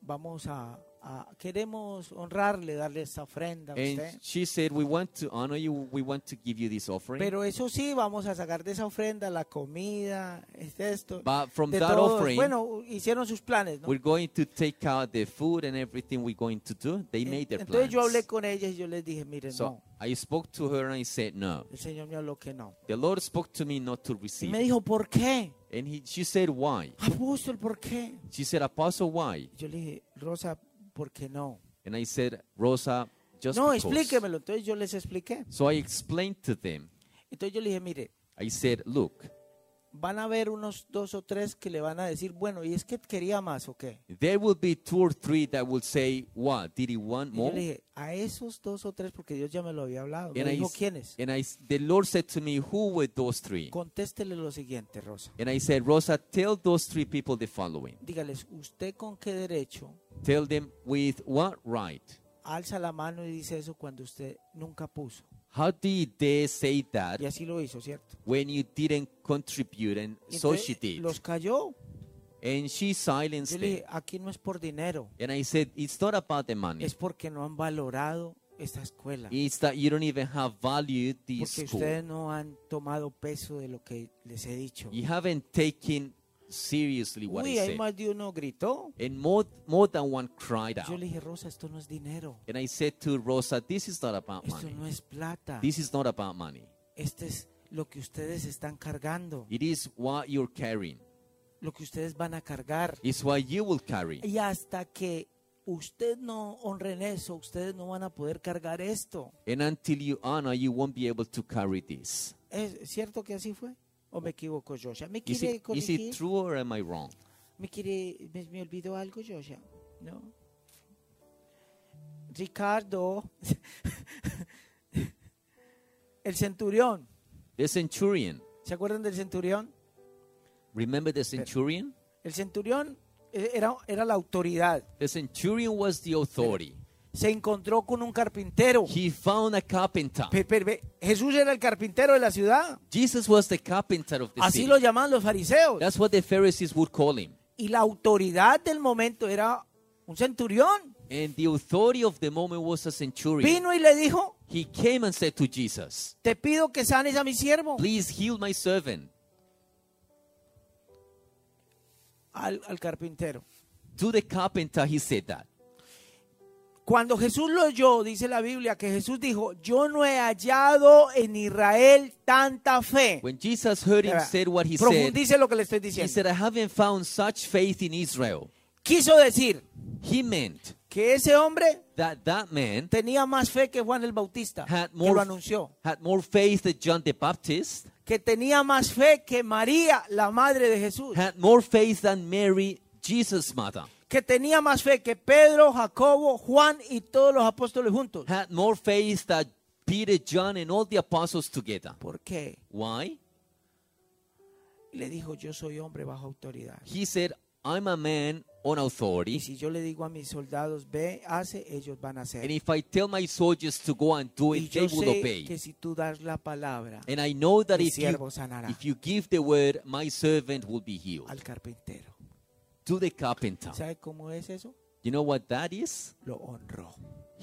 S2: vamos a, a- queremos honrarle, darle esta ofrenda a usted.
S3: And she said, We want to honor you, we want to give you this offering.
S2: Pero eso sí, vamos a sacar de esa ofrenda la comida, este, esto.
S3: But from
S2: de
S3: that
S2: todos.
S3: offering,
S2: bueno, hicieron sus planes, ¿no?
S3: We're going to take out the food and everything we're going to do. They made their
S2: Entonces
S3: plans.
S2: yo hablé con ellas y yo les dije, miren,
S3: So
S2: no.
S3: I spoke to her and I said, No.
S2: El Señor me habló que no.
S3: The Lord spoke to me not to
S2: Y
S3: receive.
S2: me dijo, ¿por qué?
S3: And he, she said, Why?
S2: Apóstol, ¿por qué?
S3: She said, Apostle, why?
S2: Yo le dije, Rosa, ¿por qué no?
S3: And I said, Rosa, just
S2: no,
S3: because.
S2: explíquemelo. Entonces yo les expliqué.
S3: So I explained to them.
S2: Entonces yo le dije, mire,
S3: I said, Look,
S2: van a haber unos dos o tres que le van a decir, bueno, ¿y es que quería más o qué?
S3: there will be two or three that will say, What? Did he want
S2: Y yo
S3: more?
S2: le dije, a esos dos o tres, porque Dios ya me lo había hablado. Me
S3: And I
S2: dijo,
S3: s-
S2: ¿quiénes?
S3: And I, s- the Lord said to me, Who were those three?
S2: Contéstele lo siguiente, Rosa.
S3: And I said, Rosa, tell those three people the following.
S2: Dígales, ¿usted con qué derecho
S3: Tell them with what right?
S2: alza la mano y dice eso cuando usted nunca puso?
S3: How did they say that
S2: Y así lo hizo, ¿cierto?
S3: when you didn't contribute? And
S2: Y
S3: so
S2: entonces
S3: she did. Este.
S2: Los cayó.
S3: And she silenced
S2: Yo le
S3: them.
S2: dije, aquí no es por dinero,
S3: And I said, It's not about the money.
S2: es porque no han valorado esta escuela.
S3: It's that you don't even have valued this
S2: Porque
S3: school.
S2: ustedes no han tomado peso de lo que les he dicho.
S3: You haven't taken seriously what
S2: Uy,
S3: I
S2: hay
S3: said.
S2: más de uno gritó.
S3: And more, more than one cried out.
S2: Yo le dije, Rosa, esto no es dinero.
S3: And I said to Rosa, This is not about
S2: Esto
S3: money.
S2: no es plata.
S3: This is not about money.
S2: Este es lo que ustedes están cargando.
S3: It is what you're carrying.
S2: Lo que ustedes van a cargar.
S3: It's what you will carry.
S2: Y hasta que usted no honren eso, ustedes no van a poder cargar esto.
S3: And until you honor, you won't be able to carry this.
S2: ¿Es cierto que así fue? ¿O me equivoco, Joshua? ¿Me
S3: Is
S2: quiere
S3: it, is it
S2: corregir?
S3: true or am I wrong?
S2: ¿Me quiere... ¿Me, me olvidó algo, Joshua? ¿No? Ricardo. <laughs> El centurión.
S3: The centurion.
S2: ¿Se acuerdan del centurión?
S3: Remember the centurion?
S2: El centurión eh, era, era la autoridad.
S3: The centurion was the authority.
S2: Se encontró con un carpintero.
S3: He found a carpenter.
S2: Pe- pe- pe- Jesús era el carpintero de la ciudad.
S3: Jesus was the carpenter of the
S2: Así lo
S3: city.
S2: llamaban los fariseos.
S3: That's what the Pharisees would call him.
S2: Y la autoridad del momento era un centurión.
S3: And the authority of the moment was a centurion.
S2: Vino y le dijo,
S3: He came and said to Jesus,
S2: te pido que sanes a mi siervo.
S3: Please heal my servant.
S2: Al, al carpintero.
S3: To the carpenter, he said that.
S2: Cuando Jesús lo oyó, dice la Biblia, que Jesús dijo, yo no he hallado en Israel tanta fe.
S3: When Jesus heard him
S2: Ahora,
S3: said what he said,
S2: Profundice lo que le estoy
S3: he
S2: diciendo.
S3: said, I haven't found such faith in Israel.
S2: Quiso decir
S3: He meant
S2: que ese hombre
S3: that that man
S2: tenía más fe que Juan el Bautista,
S3: had
S2: que lo
S3: more,
S2: anunció.
S3: had more faith than John the Baptist,
S2: que tenía más fe que María, la madre de Jesús,
S3: had more faith than Mary, Jesus' mother,
S2: que tenía más fe que Pedro, Jacobo, Juan y todos los apóstoles juntos.
S3: had more faith than Peter, John, and all the apostles together.
S2: ¿Por qué?
S3: Why?
S2: Le dijo, yo soy hombre bajo autoridad.
S3: He said, I'm a man on
S2: Y
S3: authority.
S2: si yo le digo a mis soldados, ve, hace, ellos van a
S3: And
S2: hacer.
S3: if I tell my soldiers to go and do
S2: Y
S3: it, they
S2: yo
S3: will
S2: sé que
S3: obey.
S2: si tú das la palabra
S3: And I know that
S2: Mi
S3: if you,
S2: siervo sanará.
S3: if you give the word, my servant will be healed.
S2: al carpintero,
S3: To the carpenter.
S2: ¿sabe cómo es eso?
S3: You know what that is?
S2: Lo honró.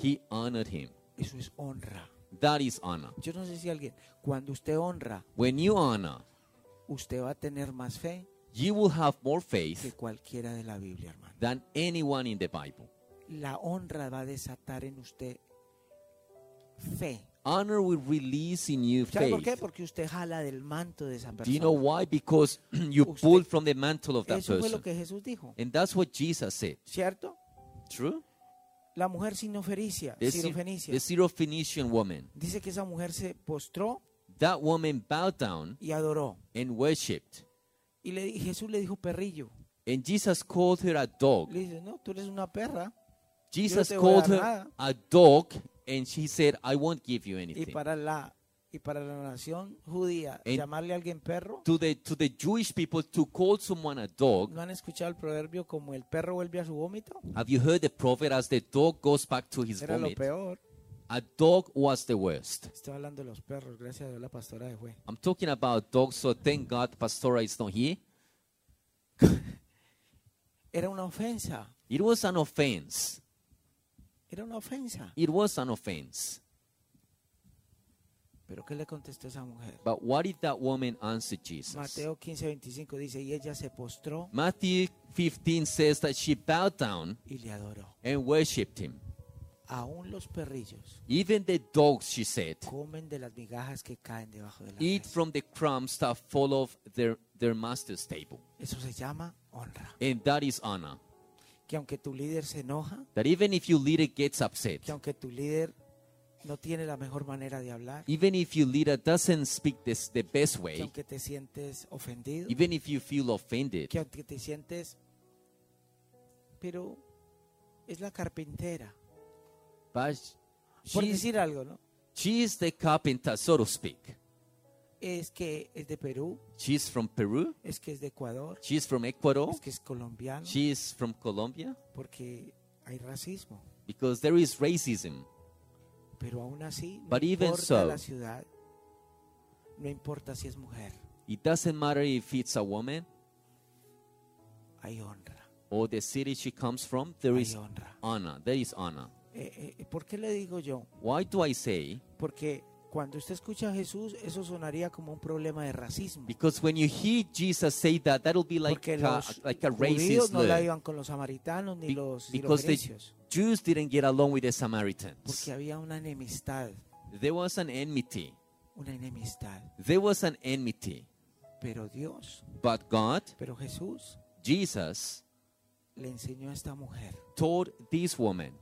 S3: He honored him.
S2: Eso es honra.
S3: That is honor.
S2: Yo no sé si alguien, cuando usted honra,
S3: When you honor,
S2: usted va a tener más fe
S3: you will have more
S2: que
S3: faith
S2: cualquiera de la Biblia, hermano.
S3: than anyone in the Bible.
S2: la honra va a desatar en usted fe.
S3: Honor will release in you
S2: ¿Sabe por
S3: faith.
S2: qué? Porque usted jala del manto de esa persona.
S3: Do you know why? Because you
S2: Usted-
S3: pull from the mantle of that
S2: Eso fue lo
S3: person.
S2: que Jesús dijo,
S3: And that's what Jesus said.
S2: ¿cierto?
S3: True?
S2: La mujer sinofericia,
S3: The Syr-
S2: sirofenicia,
S3: the Syrophoenician woman.
S2: dice que esa mujer se postró
S3: That woman bowed down
S2: y adoró.
S3: and worshipped.
S2: Y le, y Jesús le dijo perrillo.
S3: And Jesus called her a dog.
S2: Le dice, no, tú eres una perra.
S3: Jesus
S2: te voy a
S3: called
S2: dar
S3: her
S2: nada.
S3: a dog. And she said, I won't give you
S2: Y
S3: anything.
S2: para la y para la nación judía,
S3: En-
S2: llamarle a alguien perro,
S3: To the, to the Jewish people, to call someone a dog
S2: ¿no han escuchado el proverbio como el perro vuelve a su vómito?
S3: Have you heard the proverb as the dog goes back to his
S2: Era lo
S3: vomit?
S2: peor.
S3: A dog was the worst.
S2: Estoy hablando de los perros, gracias a Dios, la pastora de Jue.
S3: I'm talking about dogs, so thank God Pastora is not here.
S2: Era una ofensa.
S3: It was an offense.
S2: Era una ofensa.
S3: It was an offense.
S2: Pero ¿qué le contestó esa mujer?
S3: But what did that woman answer Jesus?
S2: Mateo 15, 25 dice, y ella se postró
S3: Matthew 15 says that she bowed down
S2: y le adoró.
S3: and worshipped him.
S2: Aún los perrillos
S3: Even the dogs, she said,
S2: comen de las migajas que caen debajo de la
S3: eat
S2: mesa.
S3: from the crumbs that fall off their, their master's table.
S2: Eso se llama honra.
S3: And that is honor.
S2: Que aunque tu líder se enoja,
S3: That even if your leader gets upset,
S2: que aunque tu líder no tiene la mejor manera de hablar,
S3: even if your leader doesn't speak this, the best
S2: que
S3: way,
S2: aunque te sientes ofendido,
S3: even if you feel offended,
S2: que aunque te sientes, pero es la carpintera.
S3: but
S2: Por
S3: she's,
S2: decir algo, ¿no?
S3: she's the carpenter, so to speak.
S2: Es que es de Perú,
S3: She's from Peru,
S2: es que es de Ecuador,
S3: she's from Ecuador,
S2: es que es colombiano,
S3: she's from Colombia,
S2: porque hay racismo.
S3: because there is racism.
S2: Pero aún así, no
S3: But even
S2: importa
S3: so-
S2: la ciudad, no importa si es mujer,
S3: It doesn't matter if it's a woman
S2: hay honra,
S3: or the city she comes from, there
S2: hay
S3: is
S2: honra.
S3: honor. There is honor.
S2: Eh, eh, ¿Por qué le digo yo?
S3: Why do I say?
S2: Porque cuando usted escucha a Jesús, eso sonaría como un problema de racismo.
S3: Because when you hear Jesus say that, that'll be like
S2: porque
S3: a,
S2: los
S3: like a
S2: judíos
S3: racist
S2: no la
S3: slur.
S2: iban con los samaritanos ni
S3: Be-
S2: los, ni los
S3: because the
S2: grecios,
S3: Jews didn't get along with the Samaritans.
S2: porque había una enemistad,
S3: There was an enmity.
S2: una enemistad.
S3: There was an enmity.
S2: Pero Dios,
S3: But God,
S2: pero Jesús
S3: Jesus,
S2: le enseñó a esta mujer
S3: told this woman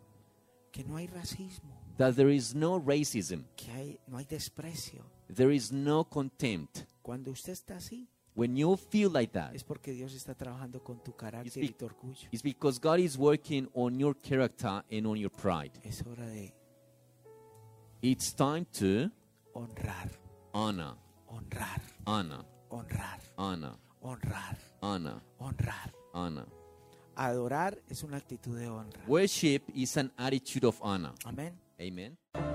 S2: que no hay racismo,
S3: that there is no racism,
S2: que hay, no hay desprecio.
S3: there is no contempt.
S2: Cuando usted está así,
S3: When you feel like that,
S2: es porque Dios está trabajando con tu carácter y
S3: speak-
S2: tu orgullo.
S3: it's because God is working on your character and on your pride.
S2: Es hora de
S3: It's time to
S2: honrar,
S3: honor,
S2: honrar,
S3: honor,
S2: honrar,
S3: honor,
S2: honrar,
S3: honor,
S2: honrar.
S3: honor.
S2: Adorar es una actitud de honra.
S3: Worship is an attitude of honor.
S2: Amén.
S3: Amen.